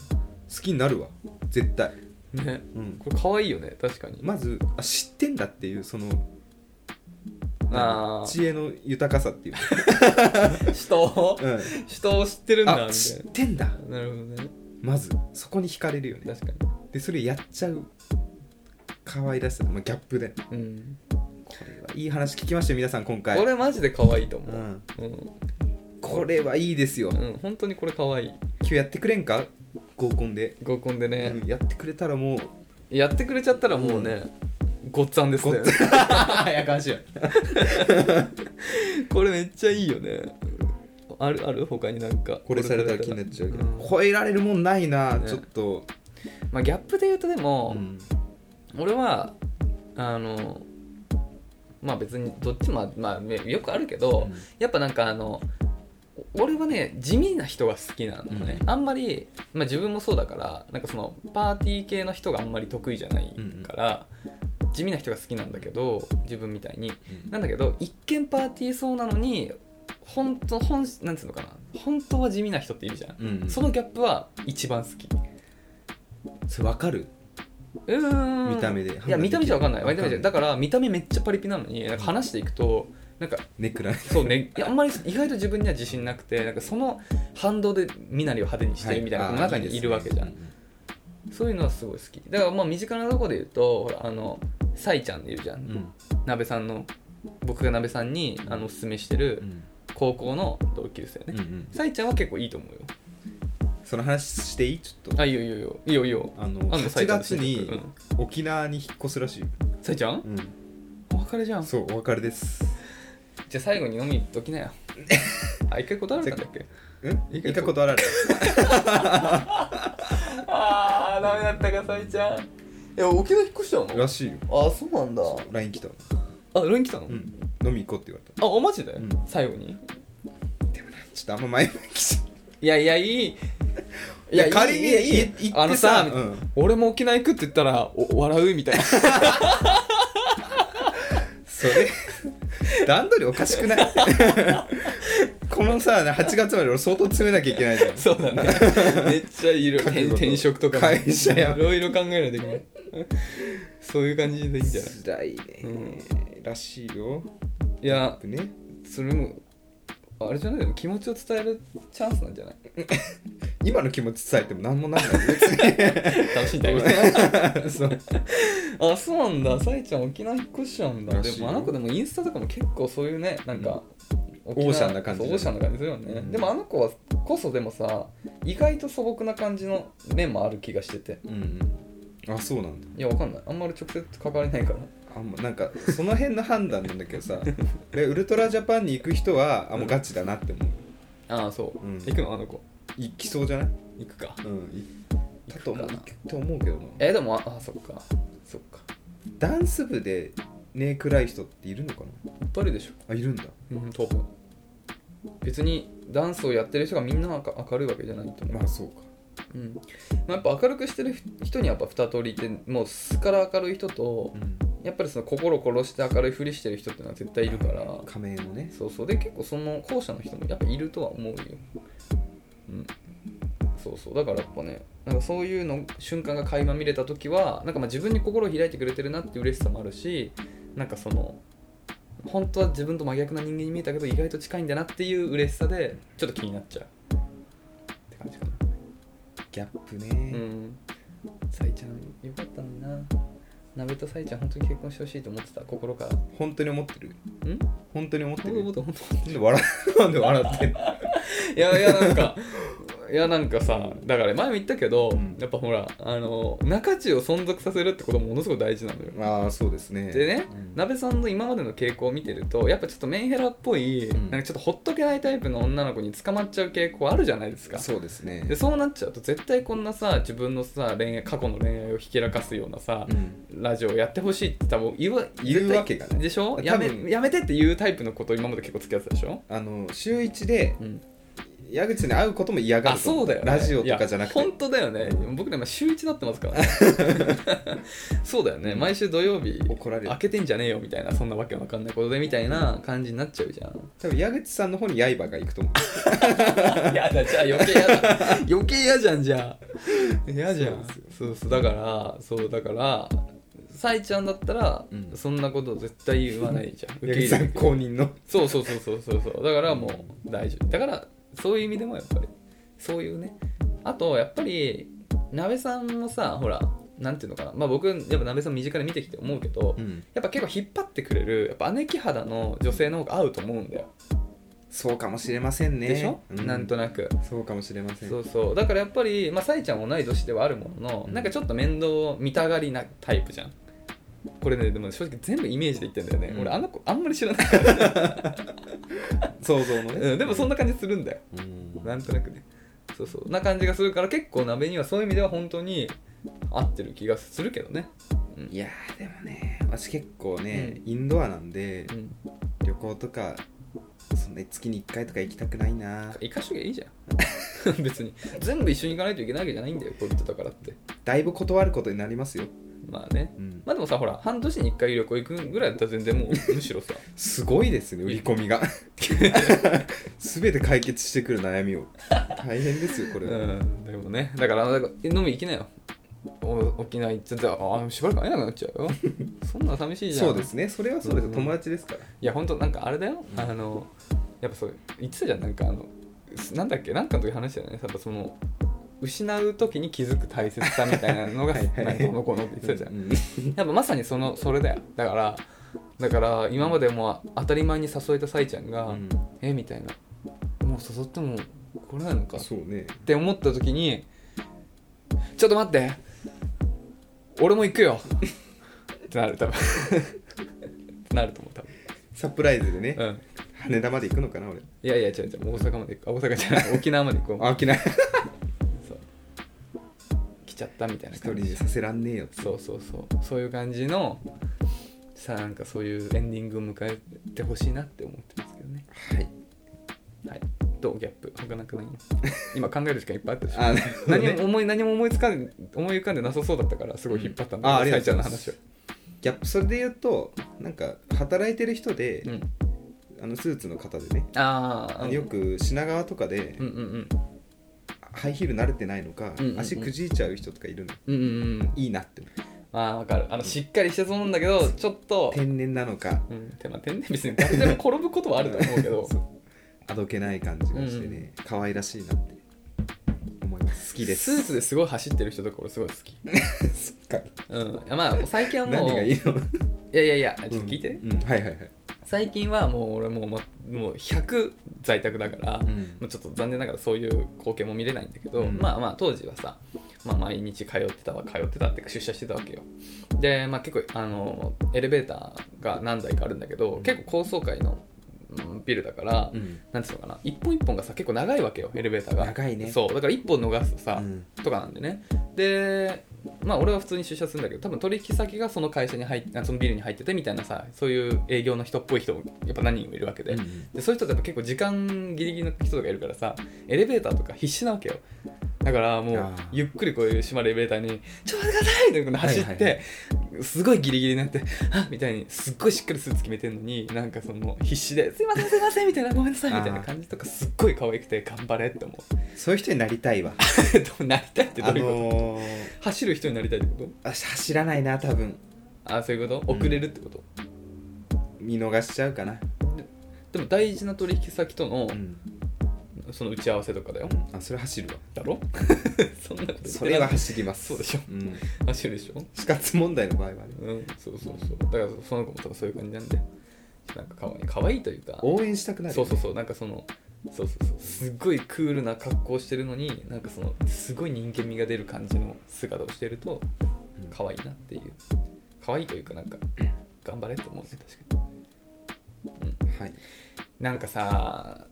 Speaker 1: きになるわ絶対、
Speaker 2: ね
Speaker 1: うん、
Speaker 2: これ可愛いよね確かに、
Speaker 1: (laughs) まずあ知ってんだっていうその
Speaker 2: あー
Speaker 1: 知恵の豊かさっていう、
Speaker 2: 人を
Speaker 1: うん、
Speaker 2: 人を (laughs) 知ってるんだみ
Speaker 1: あ
Speaker 2: た
Speaker 1: 知っ
Speaker 2: い
Speaker 1: てんだ
Speaker 2: ななるほどね
Speaker 1: まずそこに惹かれるよね
Speaker 2: 確かに
Speaker 1: でそれやっちゃう可愛らしさ、まあ、ギャップで
Speaker 2: うん、
Speaker 1: これはいい話聞きましたよ皆さん今回
Speaker 2: これマジで可愛いと思
Speaker 1: う
Speaker 2: う、
Speaker 1: ん、
Speaker 2: うん
Speaker 1: これはいいですよ、
Speaker 2: うん、本当にこれ可愛い
Speaker 1: 今日やってくれんか合コンで、
Speaker 2: 合コンでね、
Speaker 1: うんやってくれたら
Speaker 2: (laughs)
Speaker 1: もう
Speaker 2: やってくれちゃったらもうね、ごっつぁんですね
Speaker 1: ごっ
Speaker 2: やかましいわ (laughs) これめっちゃいいよねあるある他になんか
Speaker 1: これされたら気になっちゃうけど、
Speaker 2: ん
Speaker 1: 超えられるもんないな、
Speaker 2: ね
Speaker 1: ちょっと、
Speaker 2: まあギャップで言うとでも、
Speaker 1: うん
Speaker 2: 俺はあのまあ別にどっちもまあめよくあるけど、
Speaker 1: うん
Speaker 2: やっぱなんかあのお俺はね地味な人が好きなのね、
Speaker 1: うん
Speaker 2: あんまり、まあ、自分もそうだからなんかそのパーティー系の人があんまり得意じゃないから、地味な人が好きなんだけど自分みたいになんだけど一見パーティーそうなのに本当本なんつうのかな本当は地味な人っているじゃん、
Speaker 1: うん
Speaker 2: そのギャップは一番好き
Speaker 1: それ分かる
Speaker 2: うーん
Speaker 1: 見た目で
Speaker 2: いや見た目じゃ分かんない
Speaker 1: わ
Speaker 2: 見た目じゃだから見た目めっちゃパリピなのになんか話していくとなんか
Speaker 1: ネクライ
Speaker 2: そうねいやあんまり意外と自分には自信なくてなんかその反動で身なりを派手にしてるみたいな
Speaker 1: は
Speaker 2: 子の中にいるわけじゃん、
Speaker 1: あーいいですね
Speaker 2: そういうのはすごい好きだからまあ身近なとこで言うとほらあのサイちゃんでいるじゃん、
Speaker 1: うん
Speaker 2: 鍋さんの僕が鍋さんにあのおすすめしてる
Speaker 1: うん
Speaker 2: 高校の同級生ね、
Speaker 1: うんうん
Speaker 2: サイちゃんは結構いいと思うよ
Speaker 1: その話していいちょっと
Speaker 2: あいいよいいよいいよいいよ
Speaker 1: あの
Speaker 2: あんのサ
Speaker 1: 8
Speaker 2: イちゃんの
Speaker 1: 月
Speaker 2: 新曲
Speaker 1: に沖縄に引っ越すらしいよ、
Speaker 2: サイちゃんお別れじゃん
Speaker 1: そうお別れです
Speaker 2: じゃあ最後に飲み行っときな (laughs) よあ一回断られたんだっけ
Speaker 1: うん
Speaker 2: いい
Speaker 1: 一
Speaker 2: か
Speaker 1: 回断られ
Speaker 2: ああダメだったかサイちゃんいや沖縄引っ越したの
Speaker 1: たらしいよ
Speaker 2: あそうなんだ
Speaker 1: LINE 来たの、
Speaker 2: あ LINE 来たの、
Speaker 1: うん、飲み行こうって言われ
Speaker 2: あおマジで、
Speaker 1: うん
Speaker 2: 最後に
Speaker 1: たちょっとあんま前向きじゃ
Speaker 2: いやいやいいい
Speaker 1: いや仮に
Speaker 2: いやいい
Speaker 1: い言ってさ
Speaker 2: あのさ、
Speaker 1: うん
Speaker 2: 俺も沖縄行くって言ったらお笑うみたいな
Speaker 1: それ段取りおかしくない (laughs) このさ8月まで俺相当詰めなきゃいけないじゃん
Speaker 2: (laughs) そうだねめっちゃいろいろ
Speaker 1: 覚悟
Speaker 2: 転職とか
Speaker 1: 会社や
Speaker 2: いろいろ考えないといけないそういう感じでいいんじゃない
Speaker 1: 辛いね、らしいよ
Speaker 2: いや
Speaker 1: ね
Speaker 2: それもあれじゃない気持ちを伝えるチャンスなんじゃない
Speaker 1: 今の気持ち伝えても何もなんないよ別
Speaker 2: 楽しんだ (laughs) よ
Speaker 1: (laughs) にそう
Speaker 2: あそうなんださえちゃん沖縄引っ越しちゃうんだ
Speaker 1: ら
Speaker 2: で
Speaker 1: しいよ
Speaker 2: もあの子でもインスタとかも結構そういうねなんか、沖縄
Speaker 1: オーシャンな感じ
Speaker 2: そうオーシャンな感じするよね、
Speaker 1: うん
Speaker 2: でもあの子はこそでもさ意外と素朴な感じの面もある気がしてて
Speaker 1: うんうんあそうなんだ
Speaker 2: いやわかんないあんまり直接関わりないから
Speaker 1: あんまなんかその辺の判断なんだけど (laughs) さでウルトラジャパンに行く人はあもうガチだなって思う
Speaker 2: ああそう、
Speaker 1: うん
Speaker 2: 行くのあの子
Speaker 1: 行きそうじゃない
Speaker 2: 行くか
Speaker 1: うんいだと思う
Speaker 2: 行
Speaker 1: 行
Speaker 2: くかな
Speaker 1: くと思うけどな
Speaker 2: えでもああそっかそっか
Speaker 1: ダンス部でね暗い人っているのかない
Speaker 2: っぱいいるでしょ
Speaker 1: あいるんだ
Speaker 2: うん多分別にダンスをやってる人がみんな明明るいわけじゃないと思う
Speaker 1: まあそうか
Speaker 2: うんまあ、やっぱ明るくしてる人にはやっぱ2通りいてもう素から明るい人と
Speaker 1: うん
Speaker 2: やっぱりその心を殺して明るいふりしてる人っていうのは絶対いるから
Speaker 1: 仮名のね
Speaker 2: そうそうで結構その後者の人もやっぱいるとは思うようんそうそうだからやっぱねなんかそういうの瞬間が垣間見れた時はなんかまあ自分に心を開いてくれてるなっていう嬉しさもあるしなんかその本当は自分と真逆な人間に見えたけど意外と近いんだなっていう嬉しさでちょっと気になっちゃうって感じかな
Speaker 1: ギャップね、
Speaker 2: うんさいちゃんよかったのにな鍋とさいちゃん本当に結婚してほしいと思ってた心からん
Speaker 1: 本当に思ってる本当に思ってる
Speaker 2: 本当本
Speaker 1: なんで笑う (laughs) なんで笑ってん
Speaker 2: (laughs)
Speaker 1: の
Speaker 2: 当いやいやなんかいやなんかさだから前も言ったけど、
Speaker 1: うん
Speaker 2: やっぱほらあの中地を存続させるってこともものすごく大事なのよ
Speaker 1: ああそうですね
Speaker 2: でね、
Speaker 1: うん
Speaker 2: 鍋さんの今までの傾向を見てるとやっぱちょっとメンヘラっぽい、
Speaker 1: うん
Speaker 2: なんかちょっとほっとけないタイプの女の子に捕まっちゃう傾向あるじゃないですか
Speaker 1: そうですね
Speaker 2: でそうなっちゃうと絶対こんなさ自分のさ恋愛過去の恋愛をひけらかすようなさ、
Speaker 1: うん
Speaker 2: ラジオやってほしいって多分言わ
Speaker 1: 言うわけがない
Speaker 2: でしょ
Speaker 1: 多分
Speaker 2: やめやめてっていうタイプのこと今まで結構付き合ってたでしょ、
Speaker 1: あの週一で
Speaker 2: うん、
Speaker 1: 矢口に会うことも嫌が
Speaker 2: あ
Speaker 1: ると思
Speaker 2: そうだよ、ね、
Speaker 1: ラジオとかじゃなくて
Speaker 2: いや本当だよね僕ら今週一になってますからね (laughs) そうだよね毎週土曜日
Speaker 1: 怒られる
Speaker 2: 開けてんじゃねえよみたいなそんなわけわかんないことでみたいな感じになっちゃうじゃん
Speaker 1: 多分矢口さんの方に刃が行くと思う
Speaker 2: (laughs) やだじゃあ余計やだ (laughs) 余計嫌じゃんじゃあ嫌じゃん
Speaker 1: そうですよ
Speaker 2: そうそうだからそうだからさいちゃんだったら、
Speaker 1: うん
Speaker 2: そんなこと絶対言わないじゃん
Speaker 1: 矢口さん公認の
Speaker 2: そうそうそうそうそうそうだからもう大丈夫だからそういう意味でもやっぱりそういうねあとやっぱり鍋さんもさほらなんていうのかなまあ僕やっぱ鍋さん身近で見てきて思うけど、
Speaker 1: ん
Speaker 2: やっぱ結構引っ張ってくれるやっぱ姉貴肌の女性の方が合うと思うんだよ、
Speaker 1: そうかもしれませんね
Speaker 2: でしょ、
Speaker 1: う
Speaker 2: なんとなく
Speaker 1: そうかもしれません
Speaker 2: そうそうだからやっぱりまあさえちゃんは同い年ではあるものの、
Speaker 1: うん
Speaker 2: なんかちょっと面倒を見たがりなタイプじゃんこれねでも正直全部イメージで言ってんだよね、
Speaker 1: うん
Speaker 2: 俺あの子あんまり知らない、
Speaker 1: 想像のね、
Speaker 2: うん、でもそんな感じするんだよ
Speaker 1: うん
Speaker 2: なんとなくねそうそうな感じがするから結構鍋にはそういう意味では本当に合ってる気がするけどねうん
Speaker 1: いやーでもね私結構ね、インドアなんで、
Speaker 2: うん
Speaker 1: 旅行とかそんな月に1回とか行きたくないな
Speaker 2: 行かしときゃいいじゃん (laughs) 別に全部一緒に行かないといけないわけじゃないんだよこれってだからって
Speaker 1: だいぶ断ることになりますよ、
Speaker 2: まあね
Speaker 1: うん
Speaker 2: まあでもさほら半年に1回旅行行くぐらいだったら全
Speaker 1: (laughs)
Speaker 2: 然もうむしろさ
Speaker 1: すごいですね売り込みが (laughs) 全て解決してくる悩みを大変ですよこ
Speaker 2: う
Speaker 1: れは、
Speaker 2: んでもねだからだから飲み行きなよお沖縄行っちゃったらああしばらく会えなくなっちゃ
Speaker 1: (laughs)
Speaker 2: うよそんな寂しいじゃん
Speaker 1: そうですねそれはそうです、
Speaker 2: うん
Speaker 1: 友達ですから
Speaker 2: いや本当なんかあれだよ、
Speaker 1: うん
Speaker 2: あのやっぱそう言ってたじゃんなんかあのすなんだっけなんかの時話したよねやっぱその失う時に気づく大切さみたいなの
Speaker 1: (laughs)
Speaker 2: が
Speaker 1: はいはい
Speaker 2: なんかどうのこうのって言ってたじゃん、
Speaker 1: うん
Speaker 2: やっぱまさにそのそれだよだからだから今までもう当たり前に誘えたさいちゃんが「
Speaker 1: うん
Speaker 2: えみたいな「もう誘っても来れないのか」っ
Speaker 1: そうね
Speaker 2: て思った時に「ちょっと待って俺も行くよ」ってなる多分 (laughs) ってなると思う多分
Speaker 1: サプライズでね、
Speaker 2: うん
Speaker 1: 羽田まで行くのかな俺
Speaker 2: いやいや違う違う大阪まで行こうあ大阪じゃ
Speaker 1: (laughs)
Speaker 2: ない沖縄まで行こ
Speaker 1: あ飽き
Speaker 2: (laughs)
Speaker 1: ない
Speaker 2: うそう来ちゃったみたいな
Speaker 1: 一人
Speaker 2: 感
Speaker 1: に
Speaker 2: じ
Speaker 1: させらんねえよ
Speaker 2: そうそうそうそういう感じのさあなんかそういうエンディングを迎えてほしいなって思ってますけどね
Speaker 1: はい
Speaker 2: はいどうギャップ他な
Speaker 1: (laughs)
Speaker 2: んかない今考える時間いっぱいあったでしょ
Speaker 1: あなるほどね
Speaker 2: 何も思い何も思いつかん思い浮かんでなさそうだったからすごい引っ張ったんだけど、
Speaker 1: うんあありが
Speaker 2: さえち
Speaker 1: と
Speaker 2: ゃ
Speaker 1: うんござ
Speaker 2: の
Speaker 1: います
Speaker 2: 話を、
Speaker 1: ギャップそれで言うとなんか働いてる人で、
Speaker 2: うん、
Speaker 1: あのスーツの方でね
Speaker 2: ああ
Speaker 1: よく品川とかで、
Speaker 2: うんうんうん
Speaker 1: ハイヒール慣れてないのか、
Speaker 2: うんうんうん
Speaker 1: 足くじいちゃう人とかいるの
Speaker 2: うんうんうん
Speaker 1: いいなって思う
Speaker 2: ああわかるあのしっかりしてそうなんだけどちょっと
Speaker 1: 天然なのか
Speaker 2: うん、てまあ天然別に誰でも転ぶことは
Speaker 1: (laughs)
Speaker 2: あると思うけど
Speaker 1: あどけない感じがしてね、可愛らしいなって思いますきで
Speaker 2: ス
Speaker 1: す
Speaker 2: ーツですごい走ってる人とか俺すごい好き、
Speaker 1: そっか
Speaker 2: うん、まあ最近はもう
Speaker 1: 何がいいの
Speaker 2: いやいやいやちょっと聞いて、
Speaker 1: うんうんはいはいはい
Speaker 2: 最近はもう俺もう,、ま、もう100在宅だから、
Speaker 1: うん
Speaker 2: まあちょっと残念ながらそういう光景も見れないんだけど、
Speaker 1: うん
Speaker 2: まあまあ当時はさ、まあ、毎日通ってたわ通ってたっていうか出社してたわけよで、まあ、結構あのエレベーターが何台かあるんだけど、
Speaker 1: うん
Speaker 2: 結構高層階のうんビルだから、
Speaker 1: うん
Speaker 2: なんていうのかな一本一本がさ結構長いわけよエレベーターが
Speaker 1: 長いね
Speaker 2: そうだから一本逃すとさ、
Speaker 1: うん
Speaker 2: とかなんでねでまあ俺は普通に出社するんだけど多分取引先がその会社に入ってそのビルに入っててみたいなさそういう営業の人っぽい人もやっぱ何人もいるわけで,、
Speaker 1: うん
Speaker 2: でそういう人ってやっぱ結構時間ギリギリの人とかいるからさエレベーターとか必死なわけよだからもう
Speaker 1: あー
Speaker 2: ゆっくりこういう閉まるエレベーターに「ちょっと待ってください!」ってこの走って、
Speaker 1: はいはい
Speaker 2: すごいギリギリになって「あみたいにすっごいしっかりスーツ決めてんのになんかその必死で「すいませんすいません」みたいな「ごめんなさい」みたいな感じとかすっごい可愛くて頑張れって思う (laughs)
Speaker 1: そういう人になりたいわ
Speaker 2: でもなりたい (laughs) ってど
Speaker 1: あ
Speaker 2: ういうこと、
Speaker 1: のー
Speaker 2: 走る人になりたいってこと
Speaker 1: あ走らないな多分
Speaker 2: あそういうこと
Speaker 1: うん
Speaker 2: 遅れるってこと、
Speaker 1: 見逃しちゃうかな
Speaker 2: でも大事な取引先との
Speaker 1: うん
Speaker 2: その打ち合わせとかだよ、
Speaker 1: あそれ走るわ
Speaker 2: だろ (laughs) そんなこと言ってない
Speaker 1: それは走ります
Speaker 2: そうでしょ
Speaker 1: うん
Speaker 2: 走るでしょ
Speaker 1: 死活問題の場合はね
Speaker 2: うんそうそうそうだからその子も多分そういう感じなんでなんか可愛い可愛いというか
Speaker 1: 応援したくなる
Speaker 2: そうそうそうなんかそのそうそうそうすっごいクールな格好してるのになんかそのすごい人間味が出る感じの姿をしてると
Speaker 1: うん
Speaker 2: 可愛いなっていう可愛いというかなんか頑張れって思うね確かに
Speaker 1: はい
Speaker 2: なんかさ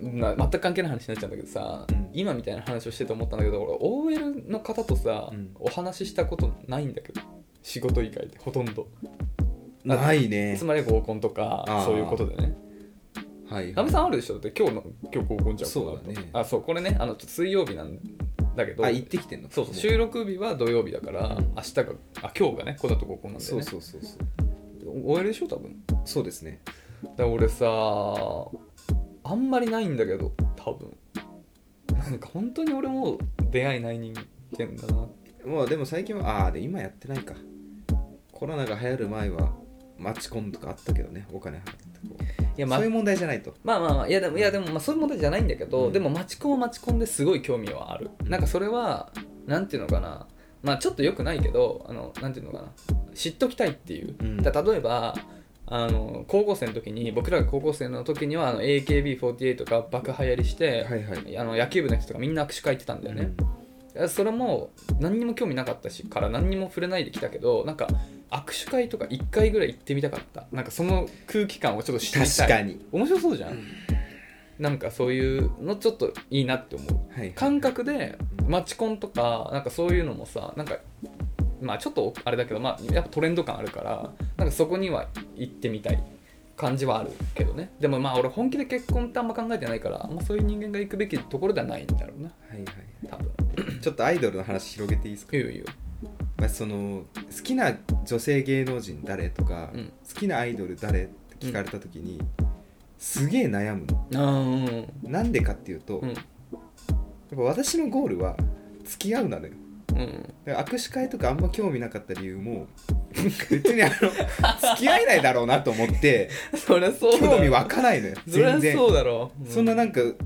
Speaker 2: な全く関係ない話になっちゃうんだけどさ、
Speaker 1: うん
Speaker 2: 今みたいな話をしてて思ったんだけど俺 OL の方とさ、
Speaker 1: うん
Speaker 2: お話ししたことないんだけど仕事以外でほとんど
Speaker 1: ないね
Speaker 2: つまり合コンとか
Speaker 1: あー
Speaker 2: そういうことでね
Speaker 1: はい
Speaker 2: ナムさんあるでしょだって今日の今日合コンじゃん
Speaker 1: そうだね
Speaker 2: この後あそうこれねあのちょっと水曜日なんだけど
Speaker 1: あ行ってきてんの
Speaker 2: そうそう収録日は土曜日だから、
Speaker 1: うん
Speaker 2: 明日があ今日がねこの後合コンなんだよ
Speaker 1: そう
Speaker 2: ね
Speaker 1: そうそうそう
Speaker 2: OL でしょ多分
Speaker 1: そうですね
Speaker 2: だから俺さあんまりないんだけど多分なんか本当に俺も出会いない人間だな
Speaker 1: まあでも最近はああで今やってないかコロナが流行る前はマチコンとかあったけどねお金払ってこう
Speaker 2: いや、ま
Speaker 1: そういう問題じゃないと
Speaker 2: まあまあまあいやでもいやでも、まあ、そういう問題じゃないんだけど、
Speaker 1: うん
Speaker 2: でもマチコンはマチコンですごい興味はあるなんかそれはなんていうのかなまあちょっと良くないけどあのなんていうのかな知っときたいっていう、
Speaker 1: うん
Speaker 2: だ例えばあの高校生の時に僕らが高校生の時にはあの AKB48 が爆流行りして、
Speaker 1: はいはい
Speaker 2: あの野球部の人とかみんな握手会行ってたんだよね、いやそれも何にも興味なかったしから何にも触れないできたけどなんか握手会とか1回ぐらい行ってみたかったなんかその空気感をちょっと知りたい
Speaker 1: 確かに
Speaker 2: 面白そうじゃん、なんかそういうのちょっといいなって思う
Speaker 1: はいはい
Speaker 2: 感覚でマチコンとかなんかそういうのもさなんかまあちょっとあれだけどまあやっぱトレンド感あるからなんかそこには行ってみたい感じはあるけどねでもまあ俺本気で結婚ってあんま考えてないからあんまそういう人間が行くべきところではないんだろうな
Speaker 1: はいはい
Speaker 2: 多分
Speaker 1: ちょっとアイドルの話広げていいですか
Speaker 2: いいよいいよ
Speaker 1: まあその好きな女性芸能人誰とか、
Speaker 2: うん
Speaker 1: 好きなアイドル誰って聞かれた時に、すげえ悩むの
Speaker 2: あー
Speaker 1: なんでかっていうと、
Speaker 2: うん
Speaker 1: やっぱ私のゴールは付き合うなのよ
Speaker 2: うん
Speaker 1: だから握手会とかあんま興味なかった理由も (laughs) 別にあの付き合えないだろうなと思って
Speaker 2: そりゃ (laughs) そうだ
Speaker 1: 興味湧かないのよ
Speaker 2: (laughs) そりゃ
Speaker 1: 全然
Speaker 2: そうだろう
Speaker 1: そんななん
Speaker 2: か
Speaker 1: んか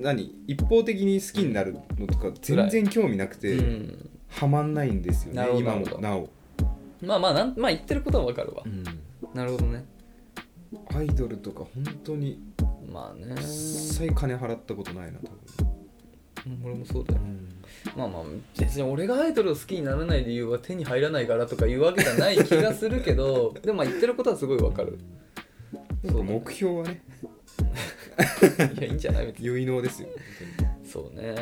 Speaker 1: 何一方的に好きになるのとか全然興味なく
Speaker 2: う
Speaker 1: て
Speaker 2: ん、
Speaker 1: ハマんないんですよ
Speaker 2: な
Speaker 1: ね
Speaker 2: るほど
Speaker 1: 今も
Speaker 2: なるほど
Speaker 1: なお、
Speaker 2: まあまあなんまあ言ってることはわかるわ、なるほどね
Speaker 1: アイドルとか本当に
Speaker 2: まあね
Speaker 1: 一切金払ったことないな多分、
Speaker 2: うん俺もそうだよまあまあ別に俺がアイドルを好きにならない理由は手に入らないからとか言うわけじゃない気がするけど (laughs) でもまあ言ってることはすごいわかるそうだね
Speaker 1: 目標はね
Speaker 2: いやいいんじゃない別に
Speaker 1: 結納ですよ
Speaker 2: そうね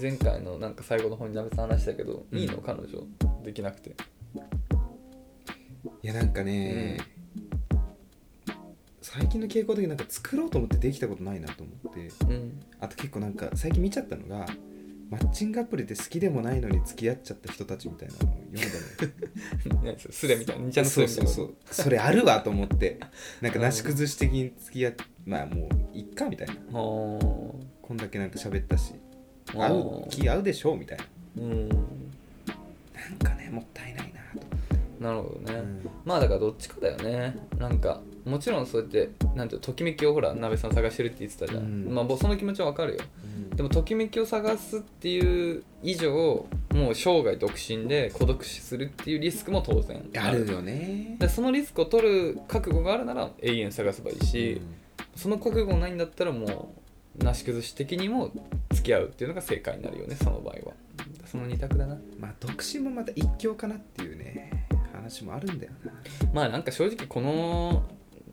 Speaker 2: 前回のなんか最後の方になべさん話したけど、
Speaker 1: うん
Speaker 2: いいの彼女できなくて
Speaker 1: いやなんかね、最近の傾向的になんか作ろうと思ってできたことないなと思って
Speaker 2: うん
Speaker 1: あと結構なんか最近見ちゃったのがマッチングアプリで好きでもないのに付き合っちゃった人たちみたいなのを読んだ
Speaker 2: (laughs)
Speaker 1: のよ
Speaker 2: (laughs) 何それスレみたいな兄ちゃんのス
Speaker 1: そ
Speaker 2: レ
Speaker 1: う
Speaker 2: みた
Speaker 1: そ
Speaker 2: いうな
Speaker 1: そうそれあるわと思
Speaker 2: (laughs)
Speaker 1: ってなんかなし崩し的に付き合っまあもういっかみたいな
Speaker 2: あー
Speaker 1: こんだけなんか喋ったし
Speaker 2: あ
Speaker 1: 合う
Speaker 2: ー
Speaker 1: 気合うでしょうみたいな
Speaker 2: うん
Speaker 1: なんかねもったいないなと
Speaker 2: なるほどね、
Speaker 1: うん
Speaker 2: まあだからどっちかだよねなんかもちろんそうやってなんていうのときめきをほら鍋さん探してるって言ってたじゃん、
Speaker 1: うん
Speaker 2: まあ、僕その気持ちはわかるよでもときめきを探すっていう以上もう生涯独身で孤独死するっていうリスクも当然
Speaker 1: あるよね
Speaker 2: でそのリスクを取る覚悟があるなら永遠探せばいいし、その覚悟ないんだったらもうなし崩し的にも付き合うっていうのが正解になるよねその場合はその二択だな
Speaker 1: うんまあ独身もまた一強かなっていうね話もあるんだよな
Speaker 2: まあなんか正直この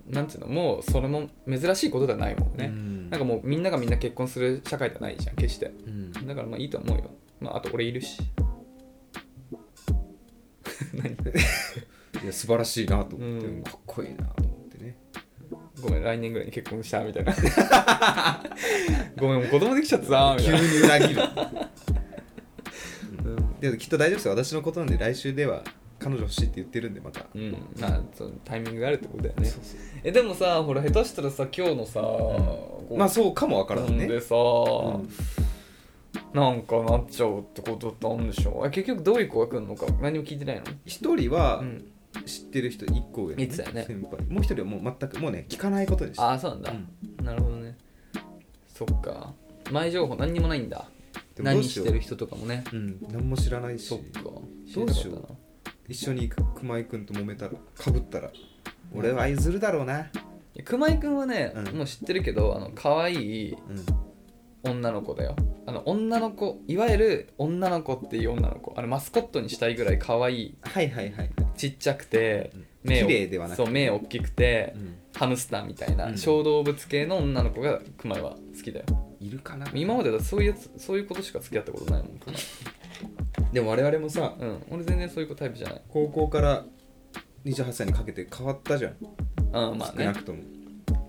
Speaker 2: なんていうのもうそれも珍しいことではないもんね、
Speaker 1: うん
Speaker 2: なんかもうみんながみんな結婚する社会ではないじゃん決して
Speaker 1: うん
Speaker 2: だからまあいいと思うよまああと俺いるし何
Speaker 1: いや素晴らしいなと思って、
Speaker 2: うん
Speaker 1: かっこいいなと思ってね
Speaker 2: ごめん来年ぐらいに結婚したみたい
Speaker 1: (laughs)
Speaker 2: なごめんもう子供できちゃったさみた
Speaker 1: 急
Speaker 2: い
Speaker 1: に
Speaker 2: な
Speaker 1: 裏切る
Speaker 2: うん
Speaker 1: できっと大丈夫ですよ私のことなんで来週では彼女欲しいって言ってるんでまた、
Speaker 2: うんまあそのタイミングがあるってことだよね
Speaker 1: そう
Speaker 2: えでもさほら下手したらさ今日のさ、
Speaker 1: そうまあそうかもわからんね
Speaker 2: でさ、なんかなっちゃうってことだったんでしょうえ結局どういう子が来るのか何も聞いてないの
Speaker 1: 一人は
Speaker 2: ん、
Speaker 1: 知ってる人1個上の
Speaker 2: いつだよね
Speaker 1: 先輩もう一人はもう全くもうね聞かないことにして
Speaker 2: ああそうなんだ、
Speaker 1: うん
Speaker 2: なるほどねそっか前情報何にもないんだ
Speaker 1: でもどう
Speaker 2: 何
Speaker 1: しよ
Speaker 2: し
Speaker 1: う
Speaker 2: てる人とかもね
Speaker 1: うん何も知らない
Speaker 2: そっ
Speaker 1: し
Speaker 2: か
Speaker 1: どうしよう
Speaker 2: 知らなかっ
Speaker 1: 一緒に行く熊井君と揉めたらかぶったら俺は譲るだろうな
Speaker 2: たな熊井君はね、
Speaker 1: うん
Speaker 2: もう知ってるけどあの可愛い
Speaker 1: うん
Speaker 2: 女の子だよあの女の子いわゆる女の子っていう女の子あのマスコットにしたいぐらい可愛い
Speaker 1: はいはいはい
Speaker 2: ちっちゃくて
Speaker 1: うん
Speaker 2: 目を
Speaker 1: 綺麗ではなくて
Speaker 2: そう目大きくて、
Speaker 1: うん
Speaker 2: ハムスターみたいな、
Speaker 1: うん
Speaker 2: 小動物系の女の子が熊井は好きだよ
Speaker 1: いるかな
Speaker 2: 今までだってそういうやつそういうことしか付き合ったことないもん熊井
Speaker 1: でも我々もさ
Speaker 2: うん俺全然そういう子タイプじゃない
Speaker 1: 高校から28歳にかけて変わったじゃん
Speaker 2: うんまあ
Speaker 1: 少
Speaker 2: ね
Speaker 1: なくとも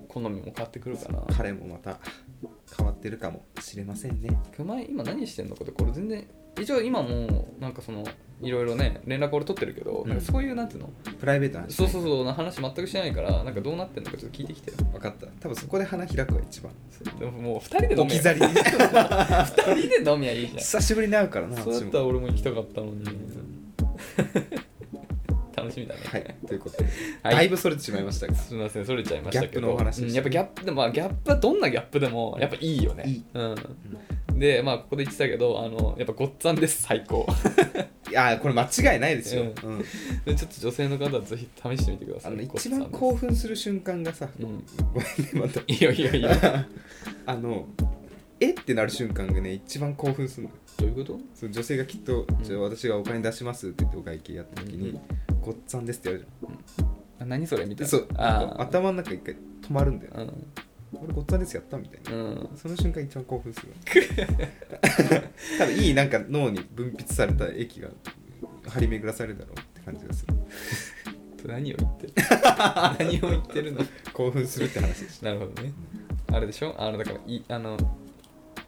Speaker 2: 好みも変わってくるかな
Speaker 1: 彼もまた変わってるかもしれませんね
Speaker 2: 熊井今何してんのかってこれ全然一応今もなんかそのいろいろね連絡俺取ってるけど、
Speaker 1: うん
Speaker 2: なんかそういうなんていうの
Speaker 1: プライベートな話
Speaker 2: そうそうそうな話全くしてないからなんかどうなってんのかちょっと聞いてきてよ
Speaker 1: 分かった多分そこで花開くは一番
Speaker 2: でももう2人で飲
Speaker 1: 置
Speaker 2: み
Speaker 1: き
Speaker 2: や
Speaker 1: (laughs) 去り
Speaker 2: 2人で飲みゃいいじゃん
Speaker 1: 久しぶりに会うからな
Speaker 2: そう
Speaker 1: 私
Speaker 2: や
Speaker 1: も
Speaker 2: ったら俺も行きたかったのに (laughs) 楽しみだね
Speaker 1: はい、ということで、
Speaker 2: はい
Speaker 1: だいぶそれてしまいましたが、
Speaker 2: すみませんそれちゃいました
Speaker 1: ギャップ
Speaker 2: けど
Speaker 1: のお話
Speaker 2: う
Speaker 1: で
Speaker 2: ん
Speaker 1: した
Speaker 2: やっぱギャップでもまあギャップはどんなギャップでもやっぱいいよね
Speaker 1: いい
Speaker 2: うん、でまあここで言ってたけどあのやっぱごっつぁんです最高 (laughs)
Speaker 1: いやーこれ間違いないですよ、うん
Speaker 2: でちょっと女性の方はぜひ試してみてくださ
Speaker 1: あ
Speaker 2: い
Speaker 1: の
Speaker 2: ごっつ
Speaker 1: 一
Speaker 2: ぁん
Speaker 1: 番
Speaker 2: です
Speaker 1: 興奮する瞬間がさ、
Speaker 2: う
Speaker 1: ご
Speaker 2: ん
Speaker 1: めん (laughs) ねまた
Speaker 2: いいよいいよいいよ
Speaker 1: あのえってなる瞬間がね一番興奮するの
Speaker 2: どういうこと
Speaker 1: その女性がきっと、
Speaker 2: ん
Speaker 1: じゃあ私がお金出しますって言ってお会計やった時に、
Speaker 2: うん
Speaker 1: ごっつぁんですってやるじゃん
Speaker 2: あ何それみた
Speaker 1: で
Speaker 2: い
Speaker 1: そ
Speaker 2: な
Speaker 1: う
Speaker 2: あー
Speaker 1: 頭の中一回止まるんだよ、ね
Speaker 2: うん
Speaker 1: 俺ごっつぁんですやったみたいな、
Speaker 2: うん
Speaker 1: その瞬間一番興奮する多分いいなんか脳に分泌された液が張り巡らされるだろうって感じがする
Speaker 2: 何を言ってる (laughs) 何を言ってるの
Speaker 1: 興奮するって話でし
Speaker 2: なるほどねあれでしょあのだからいあの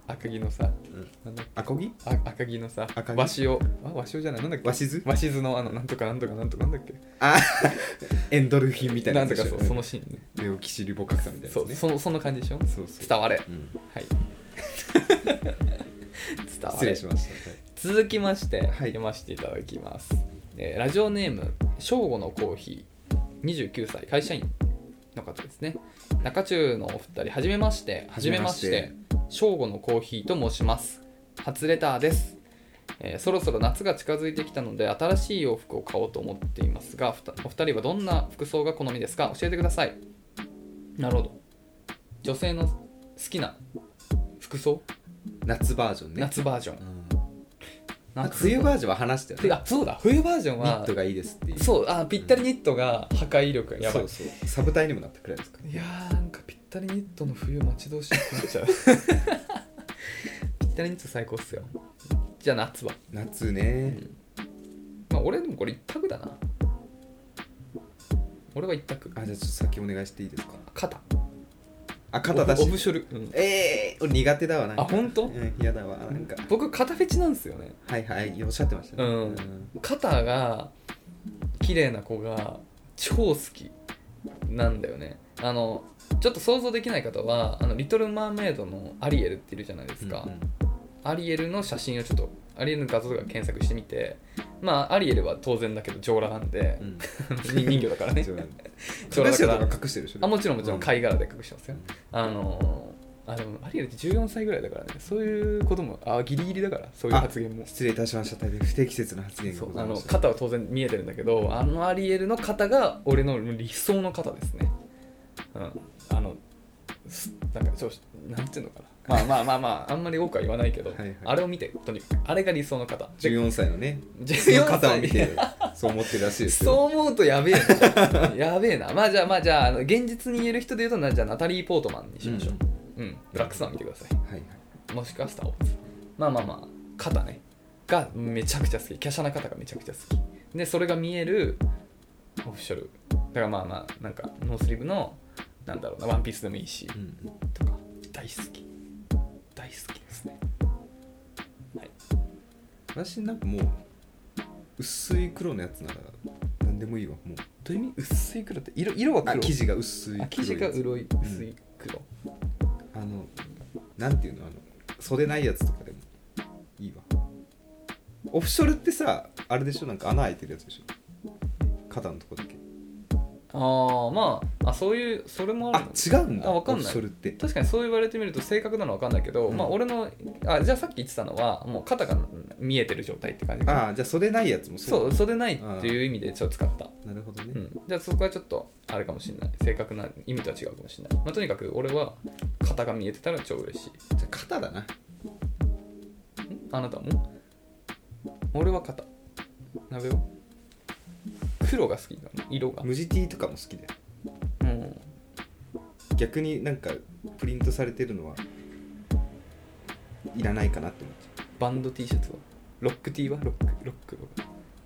Speaker 2: 赤城のさ
Speaker 1: た、うん、
Speaker 2: なんだっけ
Speaker 1: アコギ
Speaker 2: あ赤城のさ
Speaker 1: 赤城
Speaker 2: 和紙をあ和紙をじゃないなんだっけ
Speaker 1: わしず
Speaker 2: わしずのあのなんとかなんとかなんとかなんだっけ
Speaker 1: あエンドルフィンみたいな
Speaker 2: なんとかそうその
Speaker 1: の
Speaker 2: シーンね
Speaker 1: レオキシリボカクサみたいな
Speaker 2: そ
Speaker 1: やつ
Speaker 2: う
Speaker 1: ね
Speaker 2: そのその感じでしょ
Speaker 1: そうそう
Speaker 2: 伝われ
Speaker 1: うん
Speaker 2: はい (laughs) 伝われ
Speaker 1: 失礼しました、はい
Speaker 2: 続きまして、
Speaker 1: い
Speaker 2: 読ませていただきます、えーラジオネーム正午のコーヒー29歳会社員の方ですね中中のお二人はじめまして
Speaker 1: はじめまして
Speaker 2: 正午のコーヒーと申します初レターです、えーそろそろ夏が近づいてきたので新しい洋服を買おうと思っていますがふたお二人はどんな服装が好みですか教えてくださいなるほど女性の好きな服装、
Speaker 1: 夏バージョンね
Speaker 2: 夏バージョン
Speaker 1: うん
Speaker 2: 夏
Speaker 1: 冬バージョンは話したよね
Speaker 2: あそうだ冬バージョン
Speaker 1: ニ
Speaker 2: は
Speaker 1: ットがいいですっていう
Speaker 2: そうあぴったりニットが破壊力がやばい
Speaker 1: そうそうサブ隊にもなったくらいですから
Speaker 2: いやーなんかぴったりニットの冬待ち
Speaker 1: (laughs)
Speaker 2: 遠しくなっちゃうぴったりニット最高っすよじゃあ夏は
Speaker 1: 夏ね、
Speaker 2: まあ俺でもこれ一択だな俺は一択
Speaker 1: あじゃあちょっと先お願いしていいですか
Speaker 2: 肩
Speaker 1: あ肩出し
Speaker 2: オフオフショル、うん
Speaker 1: ええ俺苦手だわなんか
Speaker 2: あ本当
Speaker 1: うん嫌だわなんか
Speaker 2: 僕肩フェチなんですよね
Speaker 1: はいはいおっしゃってましたね
Speaker 2: うん肩が綺麗な子が超好きなんだよねあのちょっと想像できない方は「あのリトル・マーメイド」のアリエルっているじゃないですか、
Speaker 1: うんうん
Speaker 2: アリエルの写真をちょっとアリエルの画像とか検索してみてまあアリエルは当然だけど上裸なんで、
Speaker 1: うん
Speaker 2: (laughs) 人形だからね
Speaker 1: (laughs) そうだね
Speaker 2: そう
Speaker 1: 隠
Speaker 2: だ
Speaker 1: し
Speaker 2: か
Speaker 1: て
Speaker 2: ら
Speaker 1: る (laughs) とか隠してるでしょ
Speaker 2: あもちろんもちろん
Speaker 1: う
Speaker 2: 貝殻で隠してますよ、あのーあでもアリエルって14歳ぐらいだからねそういうこともあギリギリだからそういう発言も
Speaker 1: 失礼いたしました大変不適切な発言が
Speaker 2: そ
Speaker 1: ご
Speaker 2: う
Speaker 1: ざ
Speaker 2: あ
Speaker 1: いま
Speaker 2: の
Speaker 1: した
Speaker 2: 肩は当然見えてるんだけどあのアリエルの肩が俺の理想の肩ですねうんあのすなんかちょなんていうのかなまあ
Speaker 1: (laughs)
Speaker 2: まあまあまああんまり多くは言わないけど
Speaker 1: はいはい
Speaker 2: あれを見てとにかくあれが理想の肩で
Speaker 1: 14歳のねその
Speaker 2: 14
Speaker 1: 方を見
Speaker 2: 歳
Speaker 1: てそう思ってるらしいです
Speaker 2: そう
Speaker 1: よ
Speaker 2: 思うとやべえなやべえなまあじゃあまあじゃああの現実に言える人で言うとなじゃあナタリー・ポートマンにしましょううん、ブラックスワン見てください
Speaker 1: はいはい
Speaker 2: もしくはスター・ウォーズまあまあまあ肩ねがめちゃくちゃ好き華奢な肩がめちゃくちゃ好きでそれが見えるオフショルだからまあまあなんかノースリーブのなんだろうなワンピースでもいいし
Speaker 1: うん
Speaker 2: とか大好き大好きですね
Speaker 1: 私なんかもう薄い黒のやつなら何でもいいわもう
Speaker 2: という意味薄い黒って色色は
Speaker 1: あ
Speaker 2: 黒
Speaker 1: 生地が薄い
Speaker 2: あ生地が
Speaker 1: 黒いやつ
Speaker 2: 黒い薄い黒、
Speaker 1: あのなんていうのあの袖ないやつとかでもいいわオフショルってさあれでしょなんか穴開いてるやつでしょ肩のとこだけ
Speaker 2: ああまああそういうそれもある
Speaker 1: あ
Speaker 2: の
Speaker 1: 違うんだ
Speaker 2: あわかんない
Speaker 1: オフショルって
Speaker 2: 確かにそう言われてみると正確なのは分かんないけど、
Speaker 1: うん
Speaker 2: まあ俺のあじゃあさっき言ってたのはもう肩が見えてる状態って感じかな
Speaker 1: ああじゃあ袖ないやつも
Speaker 2: そうう袖ないっていう意味でちょっと使った、
Speaker 1: なるほどね、
Speaker 2: うん、じゃあそこはちょっとあれかもしれない正確な意味とは違うかもしれない、まあ、とにかく俺は肩が見えてたら超嬉しい
Speaker 1: じゃあ肩だなん
Speaker 2: あなたも俺は肩鍋を黒が好きなの色が
Speaker 1: 無地 T とかも好きで
Speaker 2: うん
Speaker 1: 逆になんかプリントされてるのはいらないかなって思っちゃう
Speaker 2: バンド T シャツはロック T はロックロックロ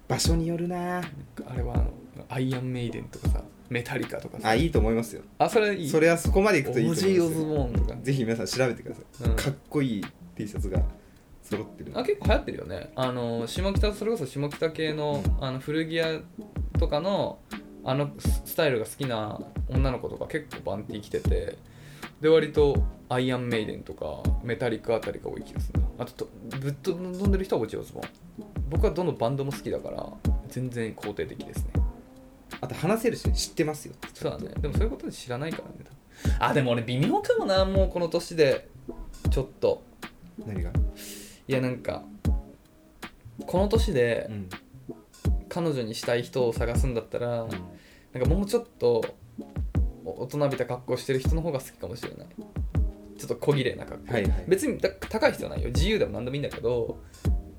Speaker 1: 場所によるな
Speaker 2: ックあれはあのアイアンメイデンとかさメタリカとかさ
Speaker 1: あいいと思いますよ
Speaker 2: あそれいい
Speaker 1: それはそこまでいくといいと思
Speaker 2: オジー・オ
Speaker 1: いま
Speaker 2: ズ
Speaker 1: すよ
Speaker 2: ボーンとか
Speaker 1: ぜひ皆さん調べてください、
Speaker 2: うん
Speaker 1: かっこいい T シャツが揃ってる
Speaker 2: あ結構流行ってるよねあの下北それこそ下北系のあの古着屋とかのあのススタイルが好きな女の子とか結構バンティー着ててで割とアイアンメイデンとかメタリックあたりが多い気がするなあととぶっと飛んでる人はオチオズボン僕はどのバンドも好きだから全然肯定的ですね
Speaker 1: あと話せるしね知ってますよ
Speaker 2: そうだねでもそういうことで知らないからね多分あでも俺微妙かもなもうこの年でちょっと
Speaker 1: 何が、
Speaker 2: いやなんかこの年で、
Speaker 1: うん
Speaker 2: 彼女にしたい人を探すんだったら、なんかもうちょっとお大人びた格好してる人の方が好きかもしれないちょっと小綺麗な格好、
Speaker 1: はいはい
Speaker 2: 別にた高い必要はないよ自由でも何でもいいんだけど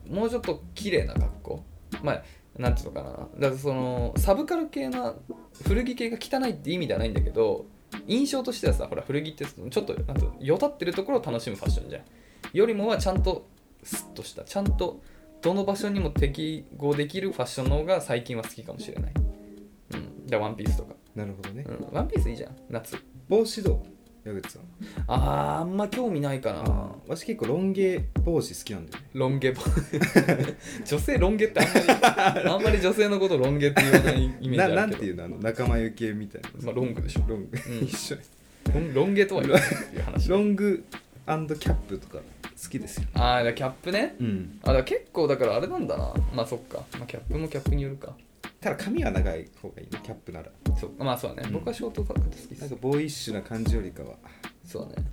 Speaker 2: もうちょっと綺麗な格好まあなんていうのかなだからそのサブカル系な古着系が汚いって意味ではないんだけど印象としてはさほら古着ってそのちょっとなんていうのよたってるところを楽しむファッションじゃんよりもはちゃんとスッとしたちゃんとどの場所にも適合できるファッションの方が最近は好きかもしれないうんじゃあワンピースとか、
Speaker 1: なるほどね、
Speaker 2: うん、ワンピースいいじゃん夏
Speaker 1: 帽子どう矢口さん
Speaker 2: あーあんま興味ないかな
Speaker 1: あ私結構ロン毛帽子好きなんだよね
Speaker 2: ロン毛女性ロン毛ってあんまり (laughs) あんまり女性のことロン毛って言わないイメージ
Speaker 1: な
Speaker 2: あるけど
Speaker 1: なんていうのあの仲間由紀恵みたいな、
Speaker 2: まあ、ロングでしょ
Speaker 1: ロング、
Speaker 2: うん
Speaker 1: 一緒です
Speaker 2: ロンロン毛とは言わないっていう話
Speaker 1: ロングキャップとか好きですよ
Speaker 2: ああだからキャップね
Speaker 1: うん
Speaker 2: あだから結構だからあれなんだなまあそっか、まあ、キャップもキャップによるか
Speaker 1: ただ髪は長い方がいいねキャップなら
Speaker 2: そっかまあそうだね、
Speaker 1: うん
Speaker 2: 僕はショートカット好きで
Speaker 1: なん
Speaker 2: す
Speaker 1: かボーイッシュな感じよりかは
Speaker 2: そうだね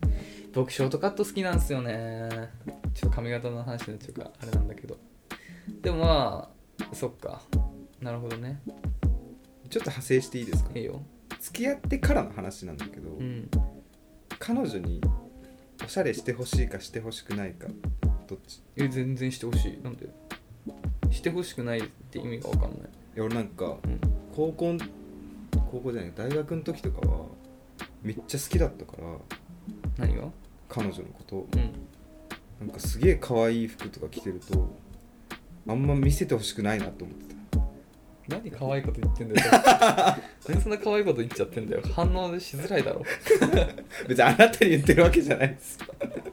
Speaker 2: 僕ショートカット好きなんですよねちょっと髪型の話になっちゃうからあれなんだけどでもまあそっかなるほどね
Speaker 1: ちょっと派生していいですか
Speaker 2: いいよ
Speaker 1: 付き合ってからの話なんだけど、
Speaker 2: うん
Speaker 1: 彼女におしゃれしてほしいかしてほしくないかどっちい
Speaker 2: え全然してほしいなんでしてほしくないって意味が分かんない、
Speaker 1: や俺なんか
Speaker 2: うん、
Speaker 1: 高校ん高校じゃない大学の時とかはめっちゃ好きだったから
Speaker 2: 何が
Speaker 1: 彼女のこと
Speaker 2: う
Speaker 1: な
Speaker 2: ん
Speaker 1: んかすげえ可愛い服とか着てるとあんま見せてほしくないなと思ってた (laughs)
Speaker 2: 何可愛いこと言ってん (laughs) だよ何そんな可愛いこと言っちゃってんだよ反応しづらいだろ
Speaker 1: 別にあなたに言ってるわけじゃないです (laughs)